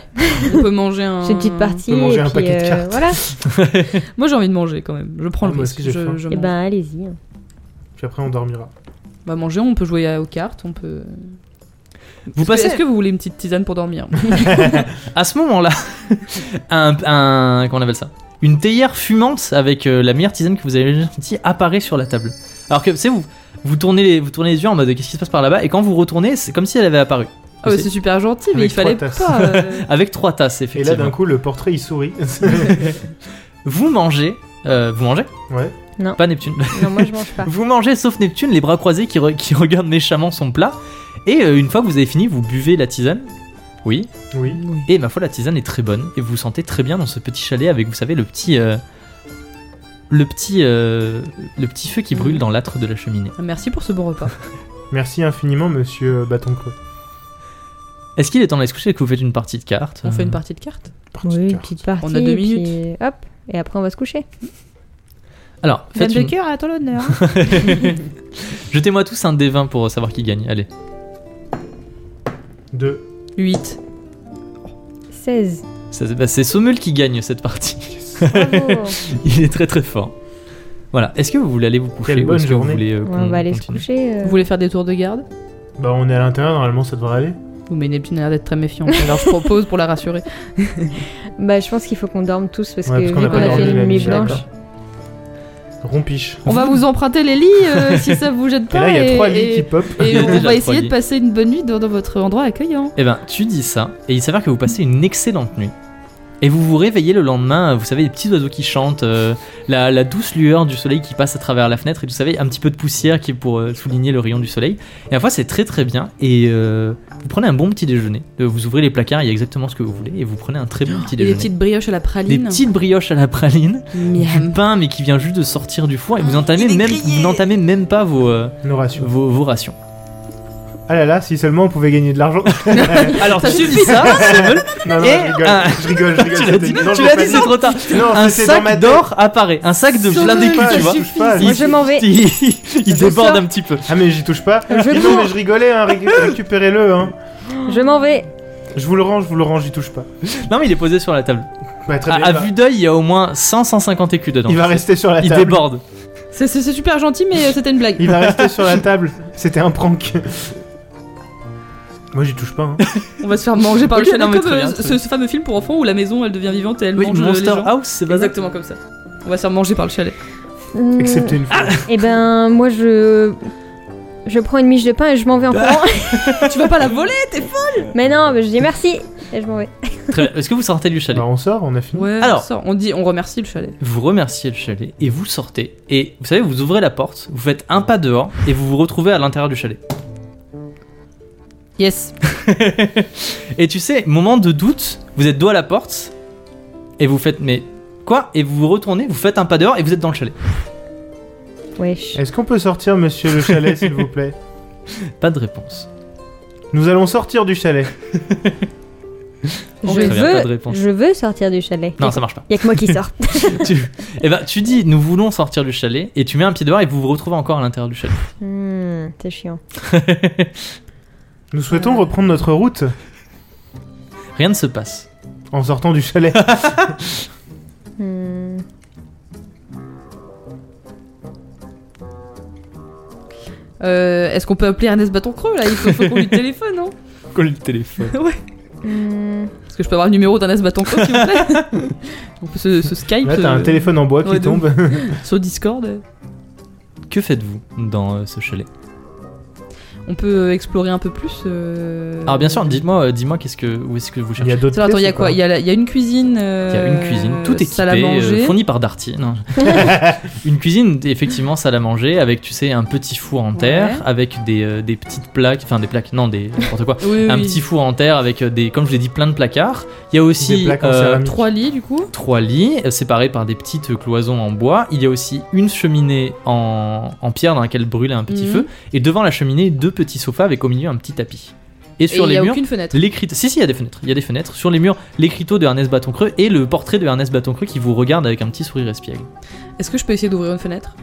S5: on peut manger un...
S3: C'est une petite partie.
S2: On peut manger
S3: et
S2: un
S3: puis,
S2: paquet de
S3: euh,
S2: cartes.
S3: Voilà.
S5: Moi j'ai envie de manger quand même, je prends
S2: Ah,
S5: le
S2: moi
S5: risque.
S2: aussi, j'ai faim.
S5: je, je
S3: Et
S5: mange.
S3: ben allez-y.
S2: Puis après, on dormira.
S5: Bah manger, on peut jouer à- aux cartes, on peut...
S1: Vous
S5: Est-ce que-
S1: passez
S5: Est-ce que vous voulez une petite tisane pour dormir
S1: à ce moment-là un, un- comment on appelle ça Une théière fumante avec euh, la meilleure tisane que vous avez jamais sentie apparaît sur la table. Alors que c'est vous, vous tournez les, vous tournez les yeux en mode qu'est-ce qui se passe par là-bas et quand vous retournez, c'est comme si elle avait apparu.
S5: Ah bah, C'est super gentil, mais
S2: Avec
S5: il fallait
S2: trois tasses.
S5: pas... euh,
S1: Avec trois tasses
S2: Et
S1: effectivement.
S2: là, d'un coup, le portrait, il sourit.
S1: Vous mangez, euh, vous mangez
S2: ouais.
S1: Pas Neptune.
S3: Non, moi je mange pas.
S1: Vous mangez sauf Neptune, les bras croisés qui, re- qui regarde méchamment son plat. Et euh, une fois que vous avez fini, vous buvez la tisane. Oui.
S2: Oui.
S1: Et ma foi, la tisane est très bonne. Et vous vous sentez très bien dans ce petit chalet avec, vous savez, le petit. euh, le petit. euh, le petit feu qui
S3: Mm.
S1: brûle dans l'âtre de la cheminée.
S5: Ah, Merci pour ce bon repas.
S2: Merci infiniment, monsieur euh, Bâton Creux.
S1: Est-ce qu'il est temps d'aller se coucher et que vous faites une partie de cartes
S5: On fait une
S1: Euh,
S5: partie de cartes
S2: Partie de
S3: Oui, une
S2: cœur.
S3: petite partie.
S5: On a deux
S3: puis, euh,
S5: minutes.
S3: Hop. Et après on va se coucher.
S1: Alors,
S5: Dame
S1: faites
S5: de
S1: une...
S5: cœur, à ton honneur.
S1: jetez-moi tous un D20 pour savoir qui gagne. Allez.
S2: Deux.
S5: 8.
S3: 16.
S1: Ça- bah, C'est Sommel qui gagne cette partie.
S3: Bravo.
S1: Il est très très fort. Voilà. Est-ce que vous voulez aller vous coucher
S2: Quelle
S1: ou
S2: bonne
S1: est-ce que vous
S2: journée.
S1: voulez, euh,
S3: on
S1: qu'on
S3: va aller se
S1: continue
S3: coucher. euh.
S5: Vous voulez faire des tours de garde
S2: Bah, on est à l'intérieur, normalement, ça devrait aller.
S5: Oui, mais Neptune a l'air d'être très méfiant. Alors je propose pour la rassurer.
S3: Bah je pense qu'il faut qu'on dorme tous parce
S2: Ouais,
S3: que
S2: parce
S3: vu
S2: qu'on
S3: qu'on
S2: n'a pas
S3: a
S2: dormi
S3: fait
S2: la
S3: une nuit
S2: nuit,
S3: blanche.
S2: d'accord. Rompiche.
S5: On va vous emprunter les lits euh, si ça vous jette
S2: Et
S5: pas.
S2: là, il y a trois lits
S5: et-
S2: qui pop.
S5: et on
S1: Déjà trois
S5: va essayer
S1: lits.
S5: de passer une bonne nuit dans, dans votre endroit accueillant.
S1: Eh ben, tu dis ça, et il s'avère que vous passez une excellente nuit. Et vous vous réveillez le lendemain, vous savez, les petits oiseaux qui chantent, euh, la, la douce lueur du soleil qui passe à travers la fenêtre, et vous savez, un petit peu de poussière qui est pour euh, souligner le rayon du soleil. Et à la fois, c'est très très bien, et euh, vous prenez un bon petit déjeuner. Euh, Vous ouvrez les placards, il y a exactement ce que vous voulez, et vous prenez un très bon
S4: Oh,
S1: petit
S5: Et des
S1: déjeuner.
S5: petites brioches à la
S1: Des
S5: praline.
S1: petites brioches à la praline, du
S5: Miam.
S1: pain mais qui vient juste de sortir du four, et vous
S4: Ah,
S1: entamez
S4: il est
S1: même,
S4: grillé.
S1: vous n'entamez même pas vos, euh,
S2: Nos rations.
S1: vos, vos rations.
S2: Ah là là, si seulement on pouvait gagner de l'argent.
S1: Alors
S5: Ça
S1: tu dis
S5: suffit.
S1: ça, Sommel,
S2: Non, non,
S1: Et
S2: je rigole,
S1: un-
S2: je rigole, je rigole.
S1: tu l'as dit,
S2: Non, je
S1: tu
S2: l'ai
S1: l'as
S2: pas
S1: dit, c'est trop tard.
S2: Non,
S1: un
S2: c'est dans ma
S1: sac
S2: tête.
S1: d'or apparaît, un sac de plein
S2: Sauvez-moi,
S1: d'écus, tu vois.
S2: je touche pas.
S1: Il-
S3: Moi, je m'en vais.
S1: Il, il
S3: Je
S1: déborde
S3: sors.
S1: un petit peu.
S2: Ah mais j'y touche pas.
S3: Je
S2: Et non
S3: cours.
S2: mais je rigolais, hein, récu- récupérez-le. Hein.
S3: Je m'en vais.
S2: Je vous le rends, je vous le rends, j'y touche pas.
S1: Non mais il est posé sur la table.
S2: Bah, très
S1: À,
S2: bien,
S1: Ah, à
S2: bah,
S1: vue d'œil, il y a au moins 100-150 écus dedans.
S2: il va rester sur la
S1: Il
S2: table.
S1: déborde.
S5: C'est c'est- c'est super gentil, mais euh, c'était une blague.
S2: Il va rester sur la table. C'était un prank. Moi j'y touche pas. hein.
S5: On va se faire manger par
S1: Ok,
S5: le
S1: non,
S5: chalet
S1: mais
S5: comme
S1: très
S5: euh,
S1: bien, très bien.
S5: ce, ce fameux film pour enfants où la maison elle devient vivante et elle
S1: Oui,
S5: mange euh, les
S1: Monster
S5: gens.
S1: House, c'est pas ça
S5: Exactement comme ça. On va se faire manger par le chalet.
S3: Hmm,
S2: Excepté une fois.
S1: Ah,
S3: Eh ben moi je je prends une miche de pain et je m'en vais en courant.
S5: tu vas pas la voler
S3: Mais non, mais je dis merci et je m'en vais.
S1: Très bien. Est-ce que vous sortez du chalet
S2: Bah on sort, on a fini.
S5: Ouais,
S1: Alors.
S5: ça, on dit, on remercie le chalet.
S1: Vous remerciez le chalet et vous sortez. Et vous savez, vous ouvrez la porte, vous faites un pas dehors et vous vous retrouvez à l'intérieur du chalet.
S5: Yes.
S1: Et tu sais, moment de doute, vous êtes dos à la porte et vous faites mais quoi Et vous vous retournez, vous faites un pas dehors et vous êtes dans le chalet.
S3: Wesh.
S2: Est-ce qu'on peut sortir monsieur le chalet s'il vous plaît
S1: Pas de réponse.
S2: Nous allons sortir du chalet.
S3: Je
S1: Très bien, pas de
S3: veux,
S1: réponse.
S3: je veux sortir du chalet.
S1: Non, ça marche pas.
S3: Y a que moi qui sors.
S1: tu... Eh ben, tu dis, nous voulons sortir du chalet, et tu mets un pied dehors et vous vous retrouvez encore à l'intérieur du chalet.
S3: Hmm, c'est chiant.
S2: Nous souhaitons reprendre notre route
S1: Rien ne se passe.
S2: en sortant du chalet.
S3: Hmm.
S5: Euh, Est-ce qu'on peut appeler Ernest Bâton Creux là Il faut, faut qu'on lui téléphone, non
S1: Colle le téléphone.
S3: Hmm.
S5: Est-ce que je peux avoir le numéro d'Ernest Bâton Creux, s'il vous plaît On peut se, se Skype
S2: Là t'as un
S5: euh,
S2: téléphone en bois qui
S5: ouais, de ouf.
S2: tombe.
S5: sur Discord.
S1: Que faites-vous dans euh, ce chalet
S5: on peut explorer un peu plus. euh,
S1: Alors bien sûr, dites-moi, euh, dis-moi qu'est-ce que, où est-ce que vous
S2: Il y
S1: cherchez
S2: a d'autres.
S5: Alors, attends, il y a
S2: pièces ou
S5: quoi
S2: pas
S5: Il y, a la- il y a une cuisine.
S1: Il y a une cuisine, tout
S5: est
S1: équipé,
S5: Salle à
S1: euh,
S5: manger.
S1: fournie par Darty. non. une cuisine, effectivement, salle à manger, avec, tu sais, un petit four en terre,
S5: Ouais.
S1: avec des, euh, des petites plaques, enfin des plaques, non, des n'importe quoi.
S5: Oui, oui,
S1: un
S5: oui.
S1: petit four en terre avec euh, des, comme je l'ai dit, plein de placards. Il y a aussi
S2: Des plaques en
S1: euh,
S2: céramique.
S5: Trois lits du coup.
S1: trois lits euh, séparés par des petites euh, cloisons en bois. Il y a aussi une cheminée en, en pierre dans laquelle brûle un petit
S5: Mhm.
S1: feu. Et devant la cheminée, deux petits sofas avec au milieu un petit tapis. Et
S5: Et il
S1: sur
S5: n'y
S1: les
S5: a
S1: murs,
S5: aucune fenêtre.
S1: l'écriteau. Si, si, il y a des fenêtres. Il y a des fenêtres. Sur les murs, l'écriteau de Ernest Bâton Creux et le portrait de Ernest Bâton Creux qui vous regarde avec un petit sourire espiègle.
S5: Est-ce que je peux essayer d'ouvrir une fenêtre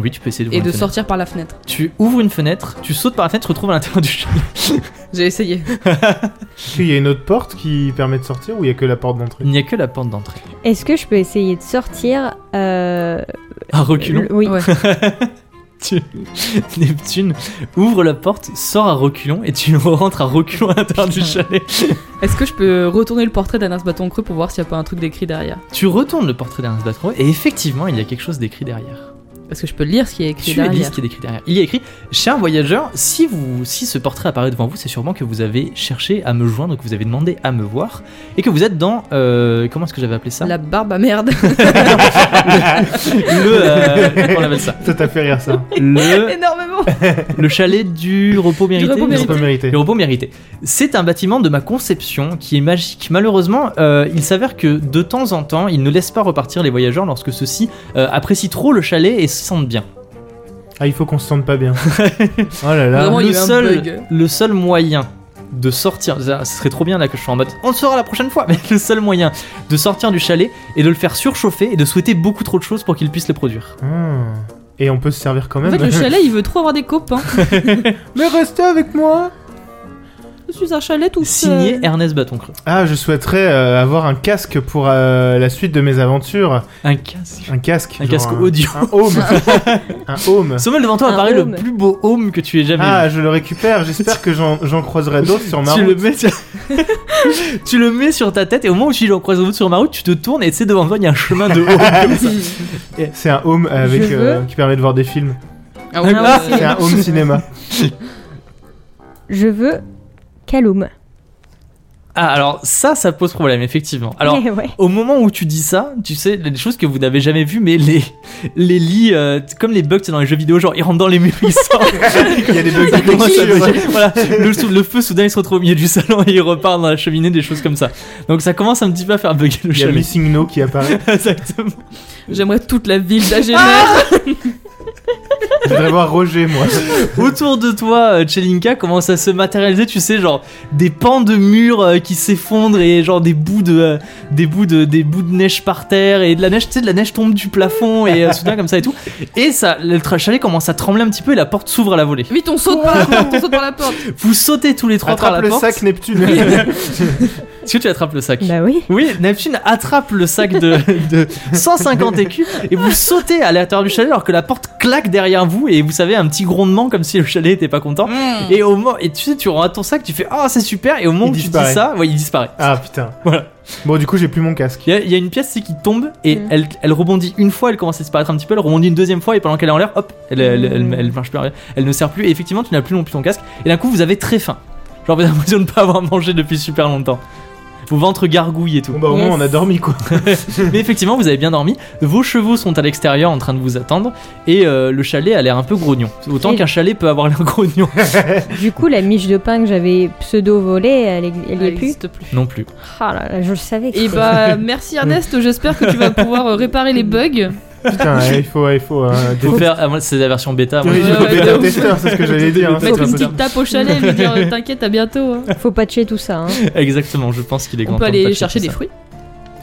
S1: Oui, tu peux essayer
S5: et
S1: d'ouvrir
S5: de
S1: une fenêtre.
S5: sortir par la fenêtre
S1: Tu ouvres une fenêtre, tu sautes par la fenêtre, tu te retrouves à l'intérieur du château.
S5: J'ai essayé.
S2: Est-ce qu'il y a une autre porte qui permet de sortir ou il y a que la porte d'entrée
S1: Il n'y a que la porte d'entrée.
S3: Est-ce que je peux essayer de sortir euh,
S1: Un reculons.
S3: le- Oui.
S5: Ouais.
S1: Tu- Neptune ouvre la porte, sort à reculons et tu rentres à reculons à l'intérieur du chalet.
S5: Est-ce que je peux retourner le portrait d'Anas Bâton Creux pour voir s'il n'y a pas un truc décrit derrière
S1: Tu retournes le portrait d'Ernest Batron et effectivement, il y a quelque chose d'écrit derrière.
S5: Est-ce que je peux lire ce qui est écrit
S1: Tu lis
S5: derrière
S1: ce qui est écrit derrière. Il y a écrit Cher voyageur, si, vous, si ce portrait apparaît devant vous, c'est sûrement que vous avez cherché à me joindre, que vous avez demandé à me voir et que vous êtes dans. euh, comment est-ce que j'avais appelé ça
S5: La barbe à merde.
S1: Le. euh, comment on appelle ça
S2: Ça t'a fait rire ça.
S1: le,
S5: Énormément.
S1: le chalet du repos mérité.
S5: repos
S1: je sais
S5: mérité.
S1: pas.
S2: C'est pas mérité.
S1: Le repos mérité. C'est un bâtiment de ma conception qui est magique. Malheureusement, euh, il s'avère que de temps en temps, il ne laisse pas repartir les voyageurs lorsque ceux-ci euh, apprécient trop le chalet et se sentent bien.
S2: Ah, il faut qu'on se sente pas bien. Oh là là.
S5: Vraiment, il
S1: Bah, le,
S5: y a eu un
S1: seul,
S5: bug.
S1: le seul moyen de sortir, ça, ce serait trop bien là que je sois en mode on le saura la prochaine fois, mais le seul moyen de sortir du chalet est de le faire surchauffer et de souhaiter beaucoup trop de choses pour qu'il puisse les produire.
S2: Ah. Et on peut se servir quand
S5: En
S2: même.
S5: fait, le chalet, il veut trop avoir des hein. copains.
S2: Mais restez avec moi.
S5: Je suis un chalet tout
S1: Signé
S5: seul.
S1: Ernest Batoncreux.
S2: Ah, je souhaiterais euh, avoir un casque pour euh, la suite de mes aventures.
S1: Un casque.
S2: Un casque.
S1: Un
S2: genre hein.
S1: casque audio.
S2: Un home. un home.
S1: Sommel devant toi
S3: Un
S1: apparaît
S3: home.
S1: le plus beau home que tu aies jamais vu.
S2: Ah, je le récupère. J'espère que j'en j'en croiserai d'autres sur ma
S1: tu le,
S2: route.
S1: mets sur... tu le mets sur ta tête et au moment où tu le croises au bout sur ma route, tu te tournes et tu sais devant toi il y a un chemin de haut. comme ça.
S2: C'est un home avec
S3: Je
S2: euh,
S3: veux-
S2: qui permet de voir des films.
S5: Ah ouais,
S1: Ah,
S5: ouais,
S2: C'est un home cinéma.
S3: Je veux Kaloum.
S1: Ah alors ça ça pose problème effectivement. Alors
S3: Eh ouais.
S1: au moment où tu dis ça, tu sais les choses que vous n'avez jamais vues mais les les lits euh, comme les bugs dans les jeux vidéo genre ils rentrent dans les murs ils sortent.
S2: Il y a des bugs
S1: Ça
S2: de
S1: commence à
S2: culture.
S1: bugger. voilà, le, sou- le feu soudain il se retrouve au milieu du salon et il repart dans la cheminée des choses comme ça. Donc ça commence un petit peu à faire bugger le
S2: Il y a
S1: chalet.
S2: Missing No qui apparaît.
S1: Exactement.
S5: J'aimerais toute la ville
S3: Ah
S5: d'Agener.
S2: Je voudrais voir Roger, moi.
S1: Autour de toi, euh, Chelinka commence à se matérialiser, tu sais, genre des pans de murs euh, qui s'effondrent et genre des bouts de euh, des bouts de des bouts de neige par terre et de la neige, tu sais, de la neige tombe du plafond et euh, soudain comme ça et tout. Et ça le tra- chalet commence à trembler un petit peu et la porte s'ouvre à la volée.
S5: Vite, on saute par la porte. On saute par la porte.
S1: Vous sautez tous les trois par
S2: Attrape
S1: la
S2: le
S1: porte.
S2: sac Neptune.
S1: Est-ce que tu attrapes le sac
S3: Bah oui.
S1: Oui, Neptune attrape le sac de, de 150 écus et vous sautez à l'intérieur du chalet alors que la porte claque derrière vous et vous savez un petit grondement comme si le chalet était pas content. Et au moment et tu sais tu rends ton sac, tu fais ah c'est super et au moment
S2: Il
S1: où tu dis
S2: disparaît.
S1: ça, ouais, il disparaît.
S2: Ah putain.
S1: Voilà.
S2: Bon, du coup, j'ai plus mon casque.
S1: Il y, a- il y a une pièce c'est qui tombe et
S3: Mm.
S1: elle, elle rebondit une fois, elle commence à disparaître un petit peu, elle rebondit une deuxième fois et pendant qu'elle est en l'air, hop, elle, elle, elle-
S3: Mm.
S1: elle marche plus, elle ne sert plus et effectivement tu n'as plus non plus ton casque et d'un coup vous avez très faim. Genre vous avez l'impression de ne pas avoir mangé depuis super longtemps. Vos ventres gargouillent et tout.
S2: Bon, bah, au moins,
S3: Yes.
S2: on a dormi, quoi.
S1: Mais effectivement, vous avez bien dormi. Vos chevaux sont à l'extérieur en train de vous attendre. Et euh, le chalet a l'air un peu grognon. Autant
S3: Oui.
S1: qu'un chalet peut avoir l'air grognon.
S3: Du coup, la miche de pain que j'avais pseudo volée, elle, est- elle
S5: Elle
S3: y est plus.
S5: n'existe plus.
S1: Non plus.
S3: Ah là là, je le savais. que
S5: Et
S3: c'était-
S5: bah, merci Ernest. J'espère que tu vas pouvoir euh, réparer les bugs.
S2: Putain, ouais, il faut, ouais, il faut. euh, des-
S1: Faut faire. ah, moi, c'est la version bêta. moi,
S2: Oui,
S1: je-
S2: il faut
S5: Ouais,
S2: bêta
S5: ouais,
S2: testeur, c'est ce que j'allais dire. hein.
S1: Ouais,
S5: Mettre
S1: tu vas
S5: une
S1: pouvoir.
S5: petite tape au chalet et lui dire euh, T'inquiète, à bientôt. hein.
S3: Faut patcher tout ça. hein.
S1: Exactement. Je pense qu'il est grand
S5: On peut
S1: temps de
S5: aller
S1: patcher
S5: chercher
S1: tout
S5: des
S1: ça.
S5: fruits.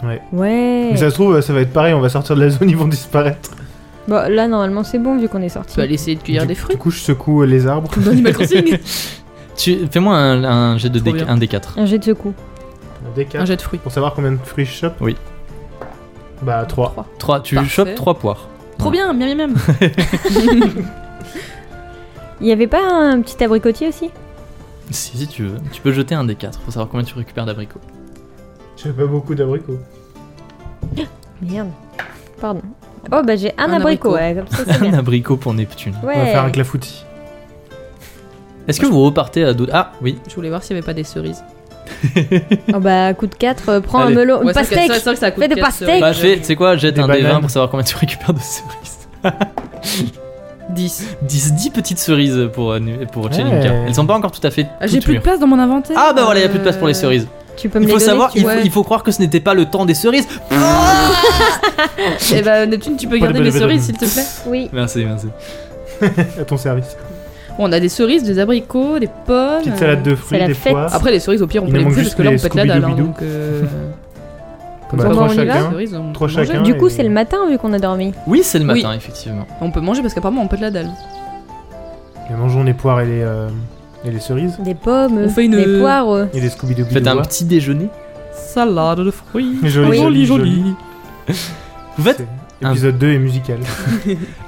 S3: Ouais.
S2: Mais ça se trouve, ça va être pareil, on va sortir de la zone, ils vont disparaître.
S3: Bon, là normalement c'est bon vu qu'on est sorti.
S5: On peut aller essayer de cueillir
S2: du,
S5: des
S2: Du
S5: fruits.
S2: coup, je secoue les arbres.
S5: Comme dans Animal Crossing.
S1: Tu fais-moi un, un jet de
S5: Trop
S1: D,
S5: bien.
S1: un D4.
S3: Un jet de secours.
S2: Des
S5: Un
S2: quatre.
S5: jet de fruits.
S2: Pour savoir combien de fruits je chope
S1: Oui.
S2: Bah, 3.
S1: 3, tu
S5: Parfait.
S1: chopes 3 poires.
S5: Trop bien, bien, bien, bien.
S3: Il y avait pas un petit abricotier aussi
S1: Si, si tu veux. Tu peux jeter un D4 pour savoir combien tu récupères d'abricots.
S2: J'ai pas beaucoup d'abricots.
S3: Merde. Pardon. Oh bah j'ai un,
S5: Un
S3: abricot.
S5: abricot.
S3: Ouais, comme ça c'est
S1: Un
S3: bien.
S1: abricot pour Neptune.
S2: On va
S3: Ouais.
S2: faire un clafoutis.
S1: Est-ce que vous repartez à d'autres. Ah, oui.
S5: Je voulais voir s'il n'y avait pas des cerises.
S3: Oh bah, coup de 4, prends
S1: Allez.
S3: un melon, une
S5: Ouais, ça, c'est
S3: pastèque
S5: ça, c'est vrai que ça coûte
S3: Fais des
S5: quatre
S3: pastèques.
S5: cerises.
S1: Bah, fais, tu sais quoi, jette
S2: Des
S1: un des
S2: bananes.
S1: 20 pour savoir combien tu récupères de cerises.
S5: 10.
S1: 10, 10 petites cerises pour, euh, nu- pour
S2: Ouais.
S1: Chelinka. Elles sont pas encore tout à fait.
S5: Ah, J'ai
S1: toutes
S5: plus de
S1: mûres.
S5: place dans mon inventaire.
S1: Ah, bah voilà, il a plus de place pour les
S5: Euh,
S1: cerises.
S3: Tu peux me
S1: Il
S3: les
S1: faut
S3: donner,
S1: savoir,
S3: tu
S1: il faut,
S3: vois.
S1: il faut croire que ce n'était pas le temps des cerises.
S5: Eh bah, Neptune, tu peux garder mes cerises, s'il te plaît.
S3: Oui.
S1: Merci, merci.
S2: à ton service.
S5: Bon, on a des cerises, des abricots, des pommes.
S2: Petite salade de fruits,
S3: la
S2: des
S3: fête.
S2: pois.
S5: Après, les cerises, au pire, on
S2: Il
S5: peut
S2: nous manque
S5: les couper parce
S2: juste
S5: que là, on
S2: les
S5: pète la dalle. hein,
S2: Scooby-Doo-Bidou.
S5: donc, euh, Comme
S2: Bah,
S5: ça, on
S3: trois
S5: mange les
S3: chacun.
S5: cerises, on
S2: Trois
S5: peut manger.
S2: chacun.
S3: Du
S2: et-
S3: coup, c'est le matin vu qu'on a dormi.
S1: Oui, c'est le
S5: Oui.
S1: matin, effectivement.
S5: On peut manger parce qu'apparemment, on pète la dalle.
S2: Et mangeons les poires et les, euh, et les cerises.
S3: Des pommes,
S5: On fait une-
S3: des poires.
S2: Et les Scooby-Doo
S1: Faites un
S2: Bidois.
S1: petit déjeuner.
S5: Salade de fruits.
S2: Joli, joli,
S5: joli, joli.
S1: Vous faites
S2: C'est- Épisode 2 est musical.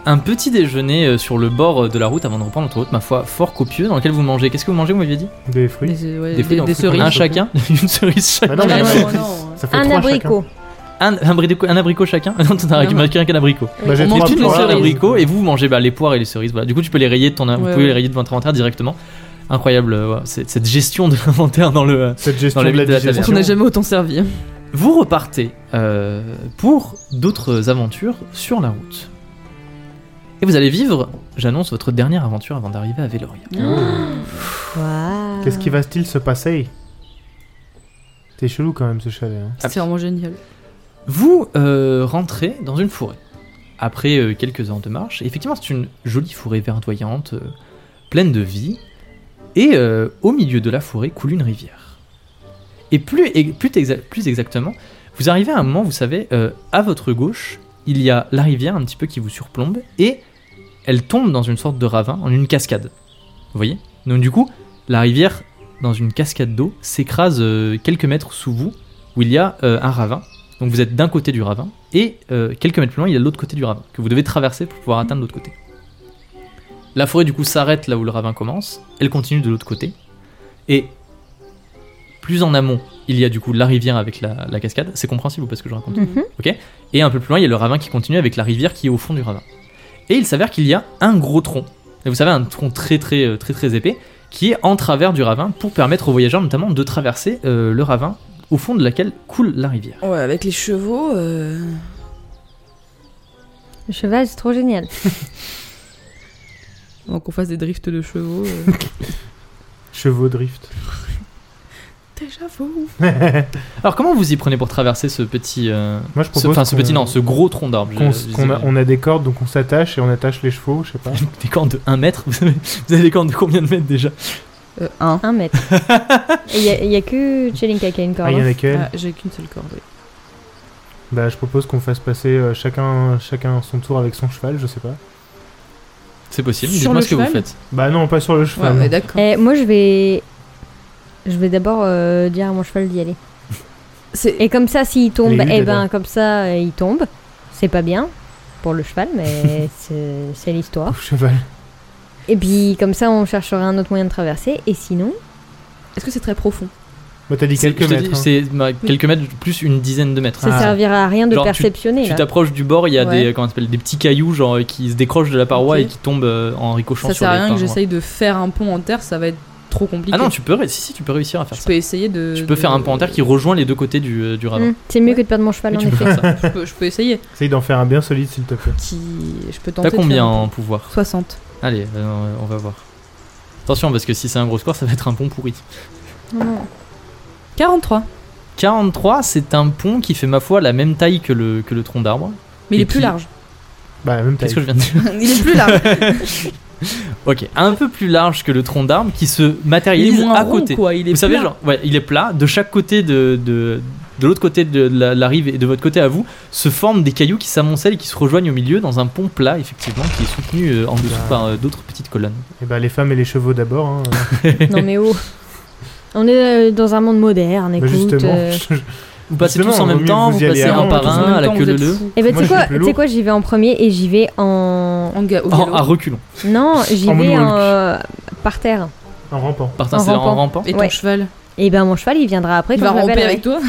S1: un petit déjeuner euh, sur le bord euh, de la route avant de reprendre notre route, ma foi, fort copieux, dans lequel vous mangez. Qu'est-ce que vous mangez, vous m'aviez dit
S2: Des fruits.
S5: Des, euh, ouais,
S1: Des fruits,
S5: des-
S1: en
S5: des
S1: fruits qu'on a Un
S5: cerises.
S1: chacun Une cerise chacun
S2: Bah non, mais là,
S5: Ah, non,
S2: ça
S5: non,
S2: fait-
S5: non.
S2: ça fait
S3: euh, Un
S2: trois chacun.
S3: abricot.
S1: un, un abricot, un abricot chacun Non, t'en as
S5: Non.
S1: récupéré qu'un abricot.
S2: Bah, j'ai
S5: On
S1: Et
S5: mange
S2: trois
S1: tu
S5: toutes
S1: te
S5: les
S2: poires,
S1: lances un
S5: cerises.
S1: abricot et vous, vous mangez bah, les poires et les cerises. Voilà. Du coup, tu peux les rayer de ton, vous
S5: Ouais,
S1: pouvez les
S5: ouais.
S1: rayer de votre inventaire directement. Incroyable, euh, voilà, cette cette gestion de l'inventaire dans le. euh,
S2: Cette gestion
S1: Dans la
S2: de la
S1: vie de la taverne.
S5: On
S2: digestion.
S5: n'a jamais autant servi. hein.
S1: Vous repartez euh, pour d'autres aventures sur la route. Et vous allez vivre, j'annonce, votre dernière aventure avant d'arriver à Véloria.
S3: Waouh.
S2: Oh. Qu'est-ce qui va-t-il se passer T'es chelou quand même ce chalet. hein.
S1: Ah.
S5: C'est vraiment génial.
S1: Vous euh, rentrez dans une forêt. Après euh, quelques heures de marche, et effectivement, c'est une jolie forêt verdoyante, euh, pleine de vie. Et euh, au milieu de la forêt coule une rivière. Et plus, et plus, exa- plus exactement, vous arrivez à un moment, vous savez, euh, à votre gauche, il y a la rivière un petit peu qui vous surplombe, et elle tombe dans une sorte de ravin, en une cascade. Vous voyez Donc du coup, la rivière, dans une cascade d'eau, s'écrase euh, quelques mètres sous vous, où il y a euh, un ravin. Donc vous êtes d'un côté du ravin, et euh, quelques mètres plus loin, il y a l'autre côté du ravin, que vous devez traverser pour pouvoir atteindre l'autre côté. La forêt, du coup, s'arrête là où le ravin commence, elle continue de l'autre côté, et plus en amont, il y a du coup la rivière avec la, la cascade, c'est compréhensible parce que je raconte.
S3: Mhm.
S1: Et un peu plus loin, il y a le ravin qui continue avec la rivière qui est au fond du ravin. Et il s'avère qu'il y a un gros tronc. Et vous savez, un tronc très très euh, très très épais qui est en travers du ravin pour permettre aux voyageurs notamment de traverser euh, le ravin au fond de laquelle coule la rivière.
S4: Ouais, avec les chevaux. euh,
S3: Le cheval, c'est trop génial.
S5: Donc qu'on fasse des drifts de chevaux. euh.
S2: Chevaux drift.
S5: Déjà faux.
S1: Alors comment vous y prenez pour traverser ce petit, euh,
S2: Moi je
S1: ce,
S2: propose.
S1: enfin ce
S2: qu'on-
S1: petit non, ce gros tronc d'arbre
S2: qu'on-
S1: je- je-
S2: qu'on a- on a des cordes donc on s'attache et on attache les chevaux, je sais pas.
S1: Des cornes de 1 mètre, vous avez, vous avez des cornes de combien de mètres déjà
S5: Euh, un.
S3: Un mètre. Et il n'y a, que Chelinka qui a une
S2: Ah,
S3: corde. hein.
S2: il y en a qu'elle.
S5: Ah, J'ai qu'une seule corde. oui.
S2: Bah je propose qu'on fasse passer euh, chacun chacun son tour avec son cheval, je sais pas.
S1: C'est possible,
S5: Sur
S1: dites-moi
S5: le
S1: ce que vous
S5: cheval
S1: faites.
S2: Bah non, pas sur le
S5: Ouais,
S2: cheval.
S5: mais d'accord.
S3: Eh, moi, je vais. Je vais d'abord euh, dire à mon cheval d'y aller.
S5: C'est-
S3: Et comme ça, s'il tombe,
S2: Les huttes,
S3: eh ben,
S2: d'abord.
S3: comme ça, euh, il tombe. C'est pas bien pour le cheval, mais c'est c'est l'histoire.
S2: Au cheval.
S3: Et puis, comme ça, on cherchera un autre moyen de traverser. Et sinon,
S5: Est-ce que c'est très profond
S2: Bah t'as dit
S1: C'est-
S2: quelques
S1: je te dis,
S2: mètres. hein.
S1: C'est bah, quelques mètres plus une dizaine de mètres.
S3: ça
S2: Ah.
S3: servira à rien de
S1: Genre, tu-
S3: perceptionner.
S1: Tu
S3: là.
S1: t'approches du bord, il y a
S5: Ouais.
S1: des, comment ça s'appelle, des petits cailloux genre, euh, qui se décrochent de la paroi
S5: Ok.
S1: et qui tombent euh, en ricochant
S5: Ça
S1: sur
S5: sert à
S1: les
S5: rien
S1: parois.
S5: que j'essaye de faire un pont en terre, ça va être trop compliqué.
S1: Ah non, tu peux, ré- si, si, tu peux réussir à faire
S5: je
S1: ça.
S5: peux euh, essayer de.
S1: Tu peux faire un
S5: de-
S1: pan en terre qui rejoint les deux côtés du, euh, du ravin.
S3: Hmm, C'est mieux
S5: Ouais.
S3: que de perdre mon cheval,
S1: Oui,
S3: en
S1: tu peux
S3: effet.
S1: faire ça.
S5: Je peux, je peux essayer.
S2: Essaye d'en faire un bien solide s'il te plaît.
S5: Qui... Je peux tenter.
S1: T'as
S5: de faire
S1: combien
S5: un
S1: en
S5: pont.
S1: pouvoir
S5: 60.
S1: Allez, euh, on va voir. Attention, parce que si c'est un gros score, ça va être un pont pourri.
S5: 43.
S1: 43, c'est un pont qui fait, ma foi, la même taille que le, que le tronc d'arbre.
S5: Mais il
S1: Et
S5: est plus
S1: qui-
S5: large.
S2: Bah même taille.
S1: Qu'est-ce que je viens de dire
S5: il est plus large.
S1: Ok, un peu plus large que le tronc d'arbre qui se
S5: il est
S1: matérialise
S5: moins
S1: à
S5: rond,
S1: côté.
S5: quoi. Il est
S1: Vous savez,
S5: plat.
S1: genre, ouais, il est plat. De chaque côté de, de, de l'autre côté de la, la rive et de votre côté à vous, se forment des cailloux qui s'amoncellent et qui se rejoignent au milieu dans un pont plat, effectivement, qui est soutenu euh, en dessous
S2: Bah.
S1: par euh, d'autres petites colonnes.
S2: Et bah les femmes et les chevaux d'abord. Hein.
S3: non, mais oh. On est euh, dans un monde moderne,
S2: Bah,
S3: écoute.
S2: justement.
S3: euh,
S2: je-
S1: Vous passez
S2: Justement,
S1: tous en
S2: vaut
S1: même
S2: mieux
S1: temps,
S2: vous
S1: vous
S2: y aller
S1: passez
S2: avant,
S1: un par
S2: tous en
S1: un à la queue de leu.
S3: Eh ben, tu
S2: Moi,
S3: sais
S2: je suis
S3: quoi,
S2: plus
S3: tu sais
S2: lourd.
S3: quoi, j'y vais en premier et j'y vais en.
S5: En ga- au
S1: En-
S5: galop.
S1: Oh, à reculons.
S3: Non, j'y
S2: En
S3: vais
S2: moonwalk.
S3: en, euh, par terre.
S2: En rampant.
S1: Partant,
S3: En
S1: c'est en
S3: rampant.
S1: rampant.
S5: Et ton
S3: Ouais.
S5: cheval
S3: Et ben, mon cheval, il viendra après
S5: Il
S3: quand je
S5: va ramper
S3: l'appellerai.
S5: avec toi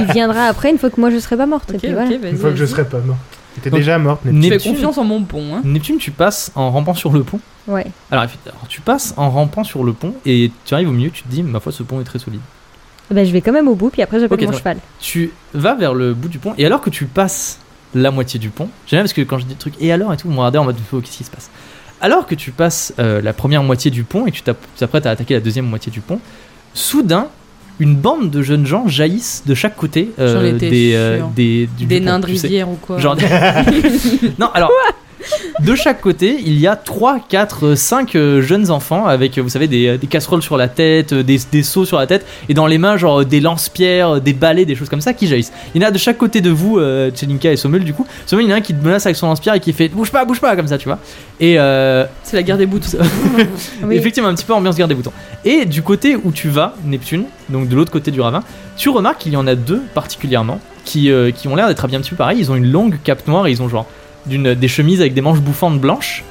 S3: Il viendra après une fois que moi je serai pas morte. et
S5: Ok,
S3: puis voilà.
S5: ok, vas-y.
S2: Une fois que je
S5: vas-y.
S2: serai pas mort. qui était
S1: Donc,
S2: déjà morte. mais-
S5: Je fais
S1: Neptune,
S5: confiance en mon pont. Hein.
S1: Neptune, tu passes en rampant sur le pont.
S3: Ouais.
S1: Alors, effe- alors, tu passes en rampant sur le pont et tu arrives au milieu, tu te dis, ma foi, ce pont est très solide.
S3: Bah, je vais quand même au bout, puis après j'appelle
S1: Ok,
S3: mon
S1: ça va.
S3: cheval.
S1: Tu vas vers le bout du pont et alors que tu passes la moitié du pont, j'aime bien parce que quand je dis des trucs et alors et tout, mon radar en mode, oh, qu'est-ce qui se passe Alors que tu passes euh, la première moitié du pont et que tu t'app- t'apprêtes à attaquer la deuxième moitié du pont, soudain, une bande de jeunes gens jaillissent de chaque côté euh,
S5: J'en étais
S1: des, euh,
S5: sûre.
S1: des, du-
S5: Des
S1: du pont,
S5: nains de
S1: tu sais.
S5: rivière ou quoi.
S1: Genre- non, alors. De chaque côté, il y a 3, 4, 5 jeunes enfants avec, euh, vous savez, des, euh, des casseroles sur la tête, euh, des, des seaux sur la tête, et dans les mains, genre euh, des lance-pierres, euh, des balais, des choses comme ça qui jaillissent. Il y en a de chaque côté de vous, euh, Tchelinka et Sommel, du coup. Sommel, il y en a un qui te menace avec son lance-pierre et qui fait bouge pas, bouge pas, comme ça, tu vois. Et euh,
S5: C'est la guerre des boutons.
S3: Oui.
S1: Effectivement, un petit peu ambiance garde des boutons. Et du côté où tu vas, Neptune, donc de l'autre côté du ravin, tu remarques qu'il y en a deux particulièrement qui, euh, qui ont l'air d'être habillés un petit peu pareil. Ils ont une longue cape noire et ils ont genre d'une, des chemises avec des manches bouffantes blanches.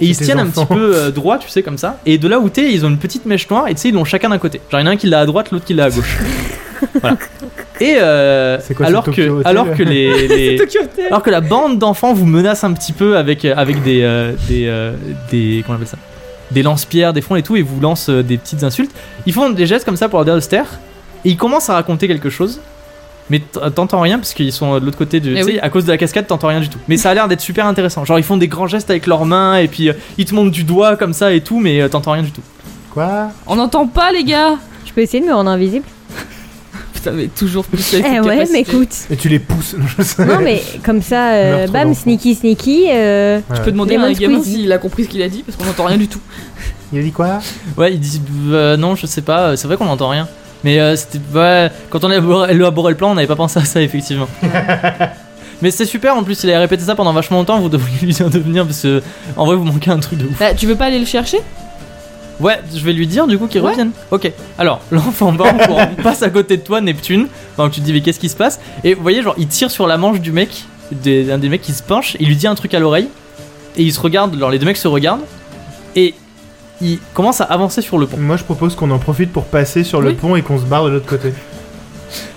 S1: Et ils se
S2: C'est
S1: tiennent
S2: des
S1: un petit
S2: enfants.
S1: peu euh, droit, tu sais, comme ça. Et de là où t'es, ils ont une petite mèche noire et tu sais, ils l'ont chacun d'un côté. Genre, il y en a un qui l'a à droite, l'autre qui l'a à gauche. voilà. Et euh,
S2: C'est quoi, c'est
S1: alors,
S2: Tokyo
S1: que,
S2: Hotel
S1: alors que les- les,
S5: Tokyo Hotel.
S1: alors que la bande d'enfants vous menace un petit peu avec, avec des, euh, des, euh, des. Comment on appelle ça Des lance-pierres, des fronts et tout, et vous lancent euh, des petites insultes. Ils font des gestes comme ça pour leur dire de se taire, et ils commencent à raconter quelque chose, mais t- euh, t'entends rien parce qu'ils sont euh, de l'autre côté de.
S5: Eh
S1: tu sais,
S5: oui.
S1: à cause de la cascade, t'entends rien du tout. Mais ça a l'air d'être super intéressant. Genre, ils font des grands gestes avec leurs mains, et puis euh, ils te montrent du doigt comme ça et tout, mais euh, t'entends rien du tout.
S2: Quoi
S5: On n'entend pas, les gars.
S3: Je peux essayer de me rendre invisible
S5: Putain, mais toujours plus avec
S3: Eh
S5: cette
S3: ouais,
S5: capacité.
S3: mais écoute.
S2: Et tu les pousses. non, je sais.
S3: Non, mais comme ça, euh,
S2: Meurtre
S3: bam,
S2: d'enfant.
S3: sneaky, sneaky. euh,
S2: Ouais.
S5: Je peux demander à
S3: Lemon
S5: un gamin
S3: Squeezie.
S5: s'il a compris ce qu'il a dit parce qu'on n'entend rien du tout.
S2: Il a dit quoi
S1: Ouais, ils disent euh, non, je sais pas, euh, c'est vrai qu'on n'entend rien. Mais euh, c'était. Ouais, quand on a élaboré élaboré le plan, on n'avait pas pensé à ça, effectivement. Mais c'est super en plus, il a répété ça pendant vachement longtemps, vous devriez lui dire de venir parce que en vrai vous manquez un truc de ouf.
S5: Bah, tu veux pas aller le chercher
S1: Ouais, je vais lui dire du coup qu'il
S5: Ouais.
S1: revienne. Ok, alors l'enfant borgne on passe à côté de toi, Neptune. Donc tu te dis, mais qu'est-ce qui se passe Et vous voyez, genre, il tire sur la manche du mec, des- d'un des mecs qui se penche, il lui dit un truc à l'oreille, et ils se regardent, alors les deux mecs se regardent, et ils commencent à avancer sur le pont.
S2: Moi, je propose qu'on en profite pour passer sur le
S5: Oui.
S2: pont et qu'on se barre de l'autre côté.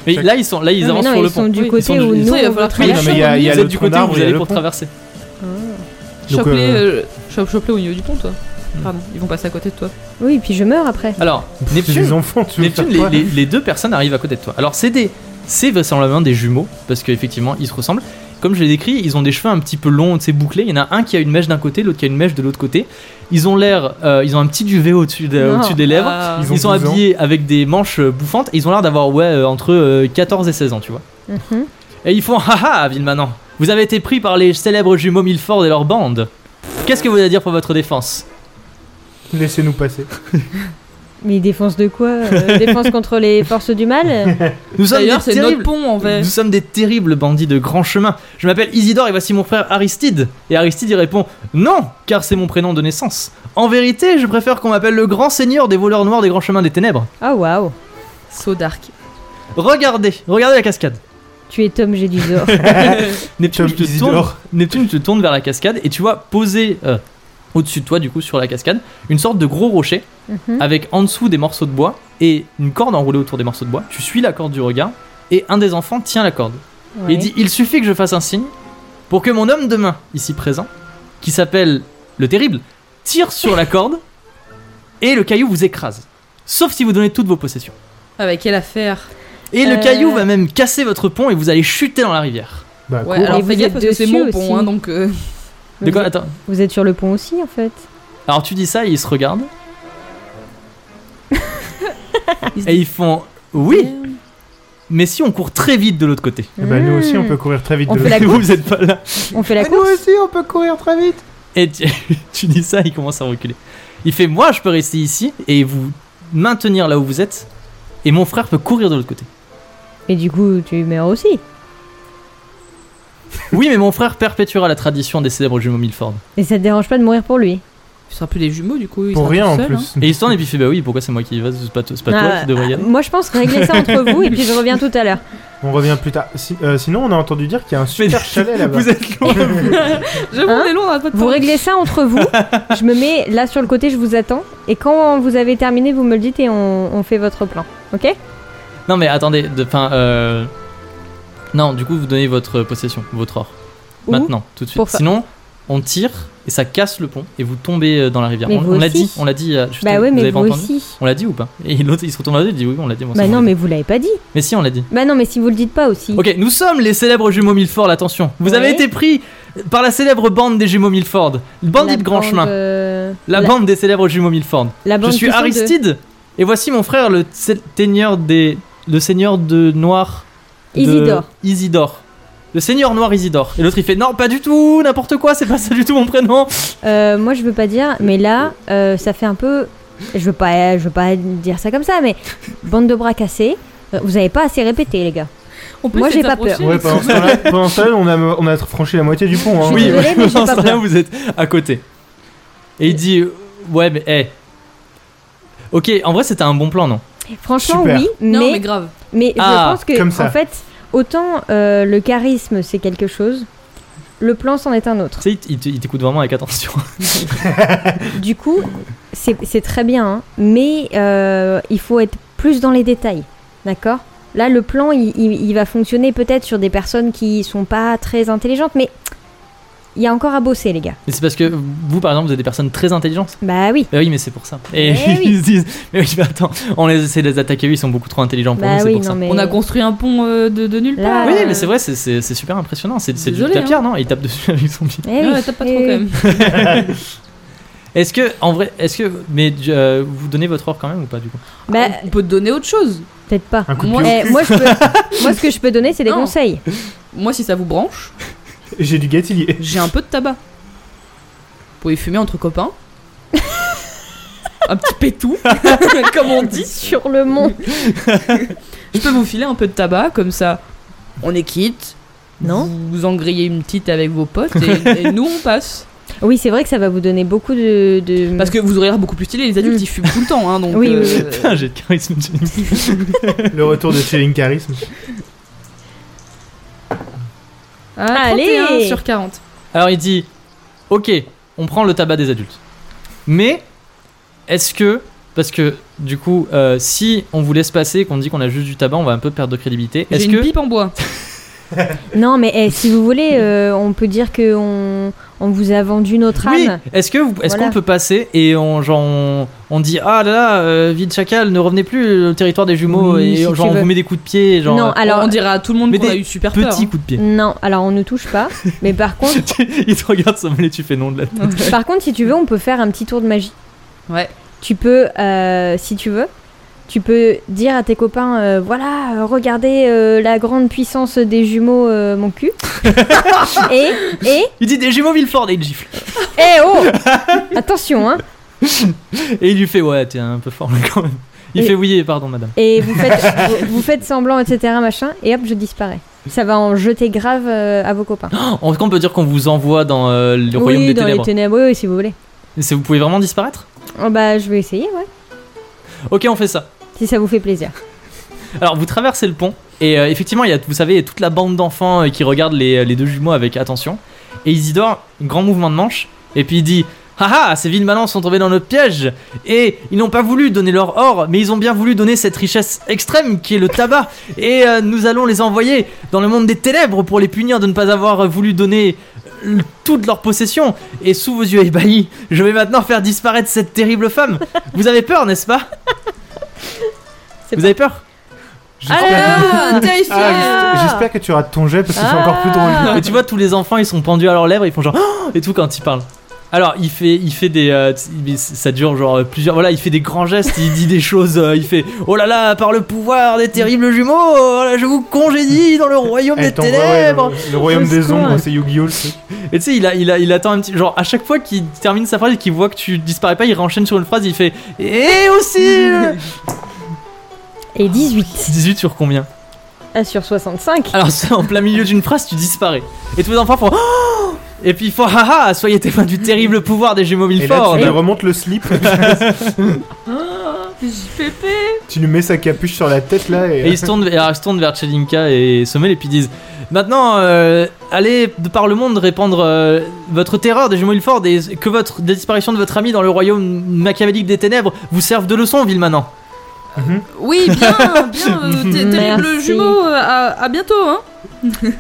S1: Mais
S2: Chaque-
S1: là, ils sont, là, ils
S3: non, mais
S1: avancent
S3: non,
S1: sur
S3: ils
S1: le
S3: sont
S1: pont.
S3: du
S5: Oui, ils
S3: côté
S1: sont du-
S3: où
S1: ils
S5: sont-
S3: nous.
S5: il
S3: on
S5: va falloir
S3: doit
S5: Oui,
S1: Oui,
S5: non,
S1: mais
S5: mais
S1: il
S5: il y a- il
S2: y a
S1: vous êtes
S2: le
S1: du
S2: trou
S1: côté où
S2: d'arbre,
S1: vous
S2: il y a
S1: allez
S2: le
S1: pour
S2: pont.
S1: traverser.
S3: Ah.
S1: Donc,
S5: Chope-les
S1: euh,
S5: euh, chope-les au niveau du pont, toi.
S1: Hmm.
S5: Pardon, ils vont passer à côté de toi.
S3: Oui, puis je meurs après.
S1: Alors,
S2: C'est des
S1: Neptune,
S2: enfants, tu veux
S1: Neptune
S2: faire
S1: les,
S2: quoi
S1: les- les deux personnes arrivent à côté de toi. Alors, c'est des. C'est vraisemblablement des jumeaux, parce qu'effectivement, ils se ressemblent. Comme je l'ai décrit, ils ont des cheveux un petit peu longs, c'est bouclés. Il y en a un qui a une mèche d'un côté, l'autre qui a une mèche de l'autre côté. Ils ont l'air. euh, ils ont un petit duvet au-dessus de-
S3: Non.
S1: au-dessus des lèvres.
S5: Ah.
S1: Ils,
S2: Ils ont
S1: sont
S2: 12 ans.
S1: habillés avec des manches euh, bouffantes et ils ont l'air d'avoir, ouais, euh, entre euh, 14 et 16 ans, tu vois.
S3: Mhm.
S1: Et ils font haha, Villemanan. Vous avez été pris par les célèbres jumeaux Milford et leur bande. Qu'est-ce que vous avez à dire pour votre défense
S2: Laissez-nous passer.
S3: Mais défense de quoi euh, Défense contre les forces du mal
S1: Nous sommes
S5: D'ailleurs,
S1: des
S5: c'est notre
S1: terribles-
S5: pont en vrai.
S1: Nous sommes des terribles bandits de grand chemin. Je m'appelle Isidore et voici mon frère Aristide. Et Aristide y répond Non, car c'est mon prénom de naissance. En vérité, je préfère qu'on m'appelle le grand seigneur des voleurs noirs des grands chemins des ténèbres.
S3: Ah waouh
S5: So dark.
S1: Regardez, regardez la cascade.
S3: Tu es Tom G. du Zor.
S1: Neptune,
S2: Tom
S1: je te tourne,
S2: Isidore.
S1: Neptune te tourne vers la cascade et tu vois poser euh, au-dessus de toi, du coup, sur la cascade, une sorte de gros rocher
S3: Mhm.
S1: avec en dessous des morceaux de bois et une corde enroulée autour des morceaux de bois. Tu suis la corde du regard et un des enfants tient la corde.
S3: Ouais.
S1: Il dit Il suffit que je fasse un signe pour que mon homme de main, ici présent, qui s'appelle le Terrible, tire sur la corde et le caillou vous écrase. Sauf si vous donnez toutes vos possessions.
S5: Avec Ah bah, quelle affaire
S1: Et le
S3: Euh.
S1: caillou va même casser votre pont et vous allez chuter dans la rivière.
S2: Bah,
S5: Ouais,
S2: cool.
S5: alors
S3: Ah, Et
S5: fais
S3: vous
S5: gaffe
S3: êtes
S5: parce que c'est
S3: dessus
S5: mon pont,
S3: aussi.
S5: hein, donc. euh,
S1: De quoi
S3: vous, êtes,
S1: Attends.
S3: vous êtes sur le pont aussi en fait
S1: Alors tu dis ça et ils se regardent
S5: Ils se
S1: et ils font Oui,
S5: disent,
S1: mais si on court très vite de l'autre côté.
S2: Eh ben, nous aussi, on
S3: Hmm.
S2: peut courir très vite.
S3: On
S2: de
S3: fait la
S2: l'autre
S1: vous êtes pas là.
S3: On fait la
S2: côté. Nous
S3: course
S2: aussi, on peut courir très vite.
S1: Et tu, tu dis ça, il commence à reculer. Il fait Moi, je peux rester ici et vous maintenir là où vous êtes. Et mon frère peut courir de l'autre côté.
S3: Et du coup, tu meurs aussi.
S1: Oui, mais mon frère perpétuera la tradition des célèbres jumeaux Milford.
S3: Et ça te dérange pas de mourir pour lui
S5: Ah, Ce sera plus les jumeaux du coup. il
S2: Pour
S5: sera
S2: rien
S5: tout
S2: en
S5: seul, hein.
S2: plus.
S1: Et il se tourne et puis il fait Bah oui, pourquoi c'est moi qui y vais C'est pas, c'est pas toi
S3: Ah,
S1: qui devrais y aller.
S3: Moi je pense régler ça entre vous et puis je reviens tout à l'heure.
S2: On revient plus tard. Si- euh, sinon, on a entendu dire qu'il y a un super chalet là-bas.
S1: Vous êtes loin.
S5: J'avoue,
S3: Hein
S5: on est loin, on a pas de
S3: Vous
S5: temps.
S3: réglez ça entre vous, je me mets là sur le côté, je vous attends. Et quand vous avez terminé, vous me le dites et on, on fait votre plan. Ok
S1: non, mais attendez, de- enfin. euh, Non, du coup, vous donnez votre possession, votre or.
S3: Ou-
S1: maintenant, tout de suite.
S3: pour fa-
S1: Sinon, on tire et ça casse le pont et vous tombez euh, dans la rivière.
S3: Mais
S1: on
S3: vous
S1: on l'a
S3: aussi.
S1: dit, on l'a dit. euh, juste
S3: Bah
S1: avant,
S3: ouais,
S1: vous
S3: mais
S1: avez
S3: vous
S1: pas entendu
S3: aussi.
S1: On l'a dit ou pas Et l'autre, il se retourne vers lui, il dit oui, on l'a dit. moi,
S3: Bah
S1: c'est
S3: non,
S1: bon.
S3: mais vous l'avez pas dit.
S1: mais si, on l'a dit.
S3: Bah non, mais si vous le dites pas aussi.
S1: Ok, nous sommes les célèbres jumeaux Milford, attention. Vous avez
S3: Ouais.
S1: été pris par la célèbre bande des jumeaux Milford. Bandit
S3: La
S1: de grand
S3: bande,
S1: chemin.
S3: euh,
S1: La, bande des célèbres jumeaux Milford.
S3: la bande
S1: Je suis
S3: qui sont de-
S1: Aristide et voici mon frère, le sé- seigneur des. Le seigneur de noir. de-
S3: Isidore.
S1: Isidore. Le seigneur noir Isidore. Et l'autre il fait Non, pas du tout, n'importe quoi, c'est pas ça du tout mon prénom.
S3: Euh, moi, je veux pas dire, mais là, euh, ça fait un peu. Je veux pas, je veux pas dire ça comme ça, mais bande de bras cassés. euh, Vous avez pas assez répété, les gars.
S5: On peut
S3: Moi,
S5: essayer
S3: j'ai
S5: de
S3: pas peur.
S5: s'approcher.
S2: Ouais, pendant ce temps-là- pendant ce temps-là, on a, on a franchi la moitié du pont. Hein.
S3: Je suis désolée, mais j'ai
S1: Dans
S3: pas
S1: ce
S3: peur.
S1: cas-là, vous êtes à côté. Et il dit euh, Ouais, mais hé. Ok, en vrai c'était un bon plan, non
S3: Franchement,
S2: Super.
S3: oui,
S5: Non, mais,
S3: mais,
S5: grave.
S3: mais
S1: Ah,
S3: je pense que,
S2: comme ça.
S3: en fait, autant euh, le charisme, c'est quelque chose, le plan, c'en est un autre.
S1: Tu sais, il t- il t'écoute vraiment avec attention.
S3: Du coup, c'est c'est très bien, hein, mais euh, il faut être plus dans les détails, d'accord Là, le plan, il, il- il va fonctionner peut-être sur des personnes qui sont pas très intelligentes, mais il y a encore à bosser, les gars.
S1: Mais c'est parce que vous, par exemple, vous êtes des personnes très intelligentes.
S3: Bah oui,
S1: Bah oui, mais c'est pour ça. Et
S3: Eh oui.
S1: ils se disent Mais oui, mais attends, on les essaie de les attaquer, eux, ils sont beaucoup trop intelligents Ah, pour
S3: bah
S1: nous, c'est
S3: oui,
S1: pour
S3: non
S1: ça.
S3: mais...
S5: On a construit un pont euh, de, de nulle
S3: Là,
S5: part.
S1: Oui,
S3: Euh, hein.
S1: mais c'est vrai, c'est- c'est c'est super impressionnant. C'est c'est du
S5: désolé,
S1: tapir, non Il tape dessus avec son pied.
S3: Eh
S5: Ouais,
S3: oui,
S5: ouais, tape pas
S3: eh
S5: trop quand
S3: oui.
S5: même.
S1: Est-ce que, en vrai, est-ce que. Mais euh, vous donnez votre or quand même ou pas du coup
S3: Bah,
S5: On peut te donner autre chose.
S3: peut-être pas.
S2: Un coup de
S5: Moi-
S2: pied au
S3: Eh,
S2: cul.
S3: moi, je peux- moi, ce que je peux donner, c'est des
S5: Non.
S3: conseils.
S5: Moi, si ça vous branche,
S2: J'ai du gâtillier.
S5: j'ai un peu de tabac. Vous pouvez fumer entre copains. un petit pétou, comme on dit.
S3: Sur le mont.
S5: Je peux vous filer un peu de tabac, comme ça, on est quitte.
S3: Non.
S5: Vous en grillez une petite avec vos potes et, et nous on passe.
S3: Oui, c'est vrai que ça va vous donner beaucoup de... de...
S5: Parce que vous aurez l'air beaucoup plus stylé, les adultes
S3: Mm.
S5: ils fument tout le temps. Hein, donc,
S3: Oui, oui, oui.
S5: euh,
S1: Putain, j'ai de charisme Jenny.
S2: Le retour de Chilling Charisme.
S5: Ah,
S3: Allez.
S5: 31 sur 40.
S1: Alors il dit Ok, on prend le tabac des adultes. Mais est-ce que. Parce que du coup, euh, si on vous laisse passer et qu'on dit qu'on a juste du tabac, on va un peu perdre de crédibilité.
S5: J'ai
S1: Est-ce
S5: une
S1: que.
S5: pipe en bois.
S3: Non, mais eh, si vous voulez, euh, on peut dire que on, on vous a vendu notre âme.
S1: Oui, est-ce que vous- est-ce
S3: Voilà.
S1: qu'on peut passer et on genre on, on dit ah là là euh, vide chacal ne revenez plus le territoire des jumeaux
S3: Oui,
S1: et
S3: si tu
S1: genre on
S3: veux.
S1: vous met des coups de pied genre
S3: non,
S1: euh,
S3: alors,
S5: on dira à tout le monde
S1: mais
S5: qu'on a
S1: des
S5: eu super peur. hein.
S1: petit coup de pied.
S3: Non, alors on ne touche pas, mais par contre,
S1: Il te regarde ça me tu fais non de la tête.
S5: hein.
S3: par contre, si tu veux, on peut faire un petit tour de magie.
S5: Ouais.
S3: Tu peux, euh, si tu veux, tu peux dire à tes copains, euh, voilà, euh, regardez euh, la grande puissance des jumeaux, euh, mon cul. et, et,
S1: Il dit des jumeaux Villefort et il gifle.
S3: eh oh, attention, hein.
S1: Et il lui fait ouais t'es un peu fort là, quand même. Il
S3: Et-
S1: fait oui pardon madame.
S3: Et vous faites, vous, vous faites semblant, etc., machin, et hop, je disparais. Ça va en jeter grave euh, à vos copains.
S1: En tout cas on peut dire qu'on vous envoie dans euh, le royaume
S3: oui,
S1: des
S3: dans les
S1: ténèbres.
S3: ténèbres, oui, oui, si vous voulez.
S1: Et c'est- vous pouvez vraiment disparaître
S3: Oh, bah, je vais essayer, ouais.
S1: Ok on fait ça.
S3: Si ça vous fait plaisir.
S1: Alors vous traversez le pont et euh, effectivement il y a vous savez toute la bande d'enfants euh, qui regardent les, les deux jumeaux avec attention et Isidore grand mouvement de manche et puis il dit Haha, ces villes manants sont tombés dans notre piège et ils n'ont pas voulu donner leur or, mais ils ont bien voulu donner cette richesse extrême qui est le tabac et euh, nous allons les envoyer dans le monde des ténèbres pour les punir de ne pas avoir euh, voulu donner euh, l- toute leur possession et sous vos yeux ébahis, je vais maintenant faire disparaître cette terrible femme. Vous avez peur, n'est-ce pas
S3: C'est
S1: Vous avez peur
S2: J'espère
S5: Ah, terrifiant.
S2: Ah, juste- j'espère que tu rates ton jet parce que c'est encore plus drôle.
S1: Et tu vois, tous les enfants, ils sont pendus à leurs lèvres, ils font genre Oh et tout quand ils parlent. Alors, il fait, il fait des, euh, t- mais c- ça dure genre euh, plusieurs. Voilà, il fait des grands gestes, il dit des choses. euh, il fait, oh là là, par le pouvoir des terribles jumeaux, oh là, je vous congédie dans le royaume des
S2: Elle t'envoie, Eh, ouais,
S1: ténèbres.
S2: le, le royaume
S1: Au
S2: des
S1: secours.
S2: ombres, c'est Yu-Gi-Oh! le truc.
S1: Et tu sais, il, a, il, a, il attend un petit. Genre, à chaque fois qu'il termine sa phrase et qu'il voit que tu disparais pas, il renchaîne sur une phrase, il fait, et aussi. le-
S3: Et 18.
S1: 18 sur combien
S3: Ah, sur 65.
S1: Alors ça, en plein milieu d'une phrase, tu disparais. Et tous les enfants font. Oh et puis ils font haha, soyez témoins du terrible pouvoir des jumeaux
S2: Et là,
S1: Milford.
S2: tu lui remontes le slip,
S5: Ah, JPP.
S2: tu lui mets sa capuche sur la tête là et.
S1: Et ils se tournent, et alors, ils se tournent vers Chelinka et Sommel et puis ils disent Maintenant, euh, allez de par le monde répandre euh, votre terreur des jumeaux Milford et que votre la disparition de votre ami dans le royaume machiavélique des ténèbres vous serve de leçon, ville maintenant.
S5: Oui, bien, bien. euh, t- terrible
S3: Merci.
S5: jumeau. euh, à, à bientôt. Hein.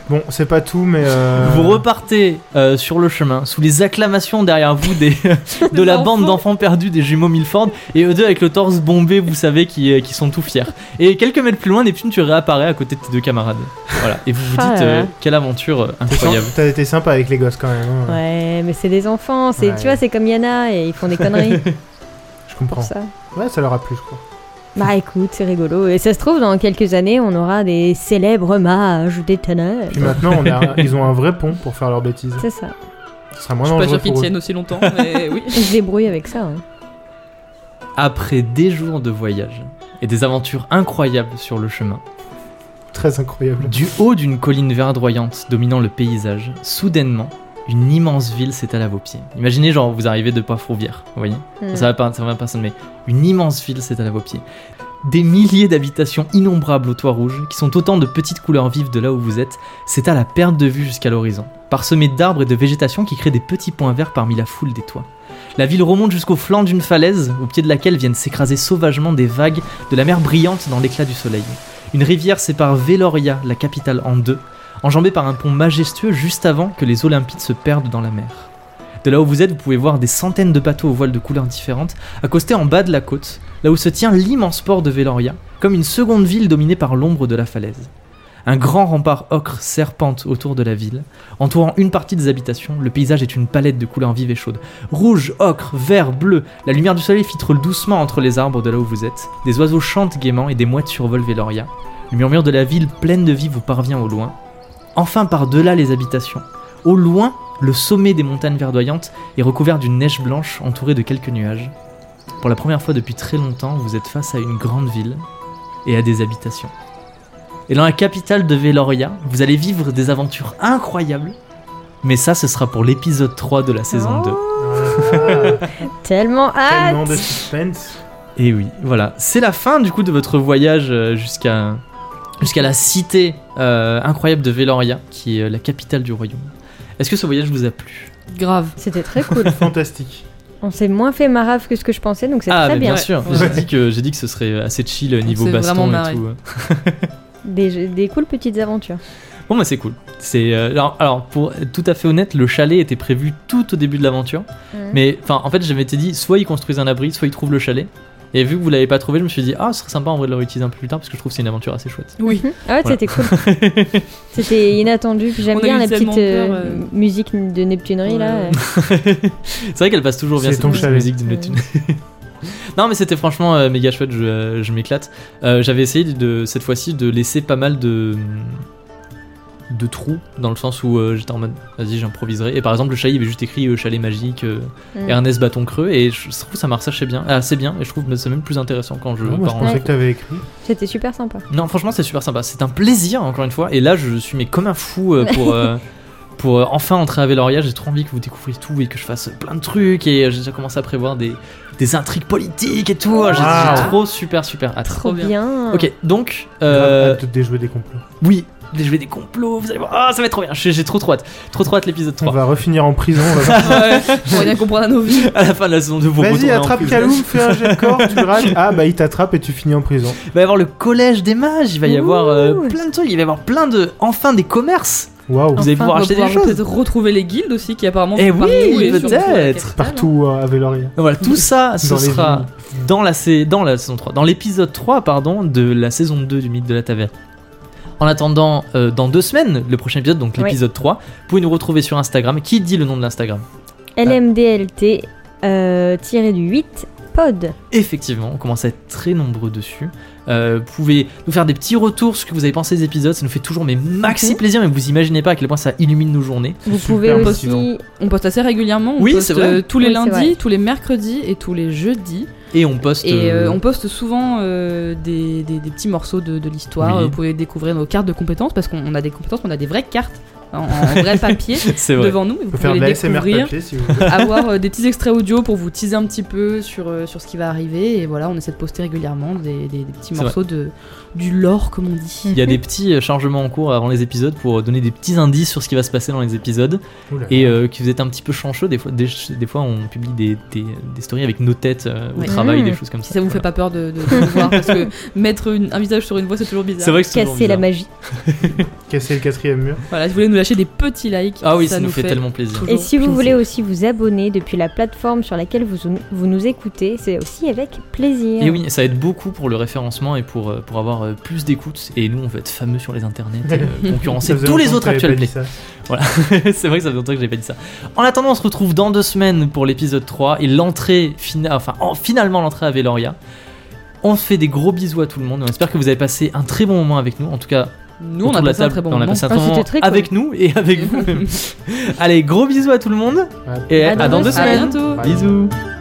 S2: Bon, c'est pas tout, mais. euh,
S1: Vous repartez euh, sur le chemin sous les acclamations derrière vous des, de
S5: Des
S1: la
S5: enfants.
S1: bande d'enfants perdus des jumeaux Milford et eux deux avec le torse bombé, vous savez, qui, euh, qui sont tout fiers. Et quelques mètres plus loin, Neptune, tu réapparais à côté de tes deux camarades. Voilà. Et vous vous dites,
S3: Ah là là.
S1: euh, quelle aventure euh,
S2: t'es
S1: incroyable.
S2: sans- T'as été sympa avec les gosses quand même. hein.
S3: Ouais, mais c'est des enfants, c'est,
S2: Ouais.
S3: tu vois, c'est comme Yana et ils font des conneries
S2: Je
S3: pour
S2: comprends.
S3: ça.
S2: Ouais, ça leur a plu, je crois.
S3: Bah écoute, c'est rigolo. Et ça se trouve, dans quelques années, on aura des célèbres mages des ténèbres.
S2: Puis maintenant, on a- ils ont un vrai pont pour faire leurs bêtises.
S3: C'est ça.
S2: Ce sera moins
S5: Je suis pas
S2: dangereux
S5: sûre qu'ils
S2: pour eux.
S5: tiennent aussi longtemps,
S1: Eh
S5: mais oui.
S3: Ils se débrouillent avec ça. hein.
S1: Après des jours de voyage et des aventures incroyables sur le chemin,
S2: Très incroyable.
S1: Du haut d'une colline verdoyante dominant le paysage, soudainement, une immense ville s'étale à vos pieds. Imaginez, genre, vous arrivez de Poivre-Rouvière, vous voyez
S3: Hmm.
S1: Ça va pas, ça va pas sonner, mais une immense ville s'étale à vos pieds. Des milliers d'habitations innombrables au toit rouge, qui sont autant de petites couleurs vives de là où vous êtes, s'étalent à perte de vue jusqu'à l'horizon, parsemées d'arbres et de végétation qui créent des petits points verts parmi la foule des toits. La ville remonte jusqu'au flanc d'une falaise, au pied de laquelle viennent s'écraser sauvagement des vagues de la mer brillante dans l'éclat du soleil. Une rivière sépare Veloria, la capitale, en deux, enjambée par un pont majestueux juste avant que les Olympides se perdent dans la mer. De là où vous êtes, vous pouvez voir des centaines de bateaux aux voiles de couleurs différentes, accostés en bas de la côte, là où se tient l'immense port de Veloria, comme une seconde ville dominée par l'ombre de la falaise. Un grand rempart ocre serpente autour de la ville, entourant une partie des habitations, le paysage est une palette de couleurs vives et chaudes. Rouge, ocre, vert, bleu, la lumière du soleil filtre doucement entre les arbres de là où vous êtes, des oiseaux chantent gaiement et des mouettes survolent Veloria. Le murmure de la ville pleine de vie vous parvient au loin. Enfin, par-delà les habitations, au loin, le sommet des montagnes verdoyantes est recouvert d'une neige blanche entourée de quelques nuages. Pour la première fois depuis très longtemps, vous êtes face à une grande ville et à des habitations. Et dans la capitale de Veloria, vous allez vivre des aventures incroyables. Mais ça, ce sera pour l'épisode 3 de la saison 2.
S2: Ah,
S3: Oh. Tellement hâte
S2: tellement de suspense.
S1: Et Eh oui, voilà. C'est la fin du coup de votre voyage euh, jusqu'à jusqu'à la cité euh, incroyable de Veloria, qui est euh, la capitale du royaume. Est-ce que ce voyage vous a plu
S5: Grave.
S3: C'était très cool.
S2: Fantastique.
S3: On s'est moins fait marave que ce que je pensais, donc c'est
S1: Ah,
S3: très
S1: mais
S3: bien.
S5: bien.
S1: sûr.
S5: Ouais.
S1: J'ai dit que j'ai dit que ce serait assez chill euh, niveau
S5: s'est
S1: baston
S5: vraiment
S1: et
S5: marré.
S1: tout.
S3: Des, jeux- des cool petites aventures.
S1: Bon, bah c'est cool. C'est euh, alors, alors, pour être tout à fait honnête, le chalet était prévu tout au début de l'aventure,
S3: Mhm.
S1: mais enfin en fait j'avais été dit soit ils construisent un abri, soit ils trouvent le chalet. Et vu que vous l'avez pas trouvé, je me suis dit ah ce serait sympa en vrai de le réutiliser un peu plus tard parce que je trouve que c'est une aventure assez chouette.
S5: Oui.
S3: Mhm. Ah ouais,
S1: Voilà.
S3: c'était cool. c'était inattendu. puis J'aime
S5: On a
S3: bien
S5: eu
S3: la
S5: tellement
S3: petite euh,
S5: peur, euh.
S3: musique de Neptunerie là.
S5: Ouais.
S1: C'est vrai qu'elle passe toujours bien
S2: C'est
S1: cette
S2: ton
S1: petite
S2: chalet.
S1: musique d'une Neptune. non mais c'était franchement euh, méga chouette, je, euh, je m'éclate. Euh, J'avais essayé de cette fois-ci de laisser pas mal de de trous dans le sens où euh, j'étais en mode vas-y j'improviserai et par exemple le chalet il avait juste écrit euh, chalet magique euh,
S3: Mm.
S1: Ernest bâton creux et je, je trouve que ça marche assez bien assez bien et je trouve que c'est même plus intéressant quand je
S2: Non, moi, je
S1: pars en-
S2: pensais que t'avais écrit.
S3: C'était super sympa.
S1: non, franchement, c'est super sympa. C'est un plaisir, encore une fois. Et là, je suis mais comme un fou euh, pour. euh, Pour euh, enfin entrer à Veloria, j'ai trop envie que vous découvriez tout et que je fasse plein de trucs. Et euh, j'ai déjà commencé à prévoir des, des intrigues politiques et tout. J'ai- J'ai
S2: Wow.
S1: trop super super hâte.
S5: Trop
S3: Trop
S5: bien.
S3: bien.
S1: Ok, donc euh,
S2: Grave hâte de déjouer des complots.
S1: oui, jouer des complots. Vous allez voir, ah ça va être trop bien. J'ai j'ai trop trop hâte, trop trop hâte l'épisode
S2: On
S1: 3.
S2: va refinir en prison. on va voir.
S5: Ouais, pour rien comprendre à nos vies.
S1: À la fin de la saison 2, vous
S2: Vas-y,
S1: retournez en
S2: attrape
S1: prison.
S2: Kaloum, fais un jet de corps, tu le rates. Ah, bah il t'attrape et tu finis en prison.
S1: Il va y avoir le collège des mages. Il va y avoir euh,
S3: Ouh.
S1: plein de trucs. Il va y avoir plein de enfin des commerces.
S2: Waouh.
S1: Vous allez
S5: Enfin,
S1: pouvoir
S5: on va
S1: acheter des
S5: pouvoir
S1: choses.
S5: Peut-être retrouver les guildes aussi qui apparemment.
S1: Eh
S5: sont
S1: oui,
S5: partout et
S1: peut-être.
S5: surtout à la capitale.
S2: Partout euh, à Veloria.
S1: Donc Voilà, tout ça, ce
S2: Dans les
S1: sera dans la, sa- dans la saison 3, dans l'épisode 3, pardon, de la saison 2 du mythe de la taverne. En attendant, euh, dans deux semaines, le prochain épisode, donc
S3: Oui.
S1: l'épisode 3, vous pouvez nous retrouver sur Instagram. Qui dit le nom de l'Instagram
S3: LMDLT euh, tiré du 8 pod.
S1: Effectivement, on commence à être très nombreux dessus. Euh, vous pouvez nous faire des petits retours, ce que vous avez pensé des épisodes, ça nous fait toujours mais maxi
S3: Mhm.
S1: plaisir, mais vous imaginez pas à quel point ça illumine nos journées.
S3: Vous
S2: Super
S3: pouvez aussi
S2: motivant.
S5: On poste assez régulièrement. On
S1: Oui,
S5: poste,
S1: c'est vrai.
S5: euh, tous les
S3: Oui, c'est vrai.
S5: lundis, tous les mercredis et tous les jeudis.
S1: Et on poste...
S5: Et euh,
S1: euh,
S5: on poste souvent euh, des, des- des petits morceaux de, de l'histoire.
S1: Oui.
S5: Vous pouvez découvrir nos cartes de compétences parce qu'on on a des compétences, on a des vraies cartes en, en vrai papier
S1: C'est vrai.
S5: devant nous. Et
S2: On
S5: vous
S2: peut faire
S5: pouvez
S2: de la
S5: les
S2: SMR
S5: découvrir,
S2: papier si vous voulez.
S5: avoir euh, des petits extraits audio pour vous teaser un petit peu sur, euh, sur ce qui va arriver. Et voilà, on essaie de poster régulièrement des, des- des petits
S1: C'est
S5: morceaux de, du lore, comme on dit.
S1: Il y a des petits euh, chargements en cours avant les épisodes pour euh, donner des petits indices sur ce qui va se passer dans les épisodes.
S2: Oula.
S1: Et euh, que vous êtes un petit peu chanceux, des fois, des, des fois on publie des, des, des stories avec nos têtes euh, au
S5: Ouais.
S1: travail,
S3: Mmh.
S1: des choses comme ça.
S5: Si ça vous fait pas peur de, de- de le voir, parce que mettre une- un visage sur une voix, c'est toujours bizarre.
S1: C'est vrai que c'est toujours
S3: Casser la
S1: bizarre.
S3: magie.
S2: Casser le quatrième mur.
S5: Voilà, si vous voulez nous lâcher des petits likes,
S1: Ah oui, ça, nous fait, tellement plaisir.
S5: toujours
S3: Et si vous
S5: plaisir.
S3: voulez aussi vous abonner depuis la plateforme sur laquelle vous, vous nous écoutez, c'est aussi avec plaisir.
S1: Et oui, ça aide beaucoup pour le référencement et pour, euh, pour avoir euh, plus d'écoutes. Et nous, on veut être fameux sur les internets, et, euh,
S2: Ça
S1: concurrencer
S2: faisait
S1: tous les
S2: longtemps
S1: autres
S2: que t'avais
S1: actuels
S2: pas dit ça.
S1: c'est vrai que ça fait longtemps que j'ai pas dit ça. En attendant, on se retrouve dans deux semaines pour l'épisode 3 et l'entrée finale, enfin en- finalement l'entrée à Veloria. On fait des gros bisous à tout le monde. On espère que vous avez passé un très bon moment avec nous. En tout cas,
S5: Nous, on
S1: autour
S5: a
S1: de la
S5: passé un
S1: table,
S5: très bon
S1: on a
S5: moment.
S1: passé un
S3: Ah,
S1: très bon
S3: c'était
S1: moment
S3: très cool.
S1: avec nous et avec vous. Allez, gros bisous à tout le monde et à,
S3: À
S1: dans deux
S3: deux
S5: Ah,
S1: semaines.
S5: À bientôt.
S2: Bye.
S1: Bisous.
S3: Bye.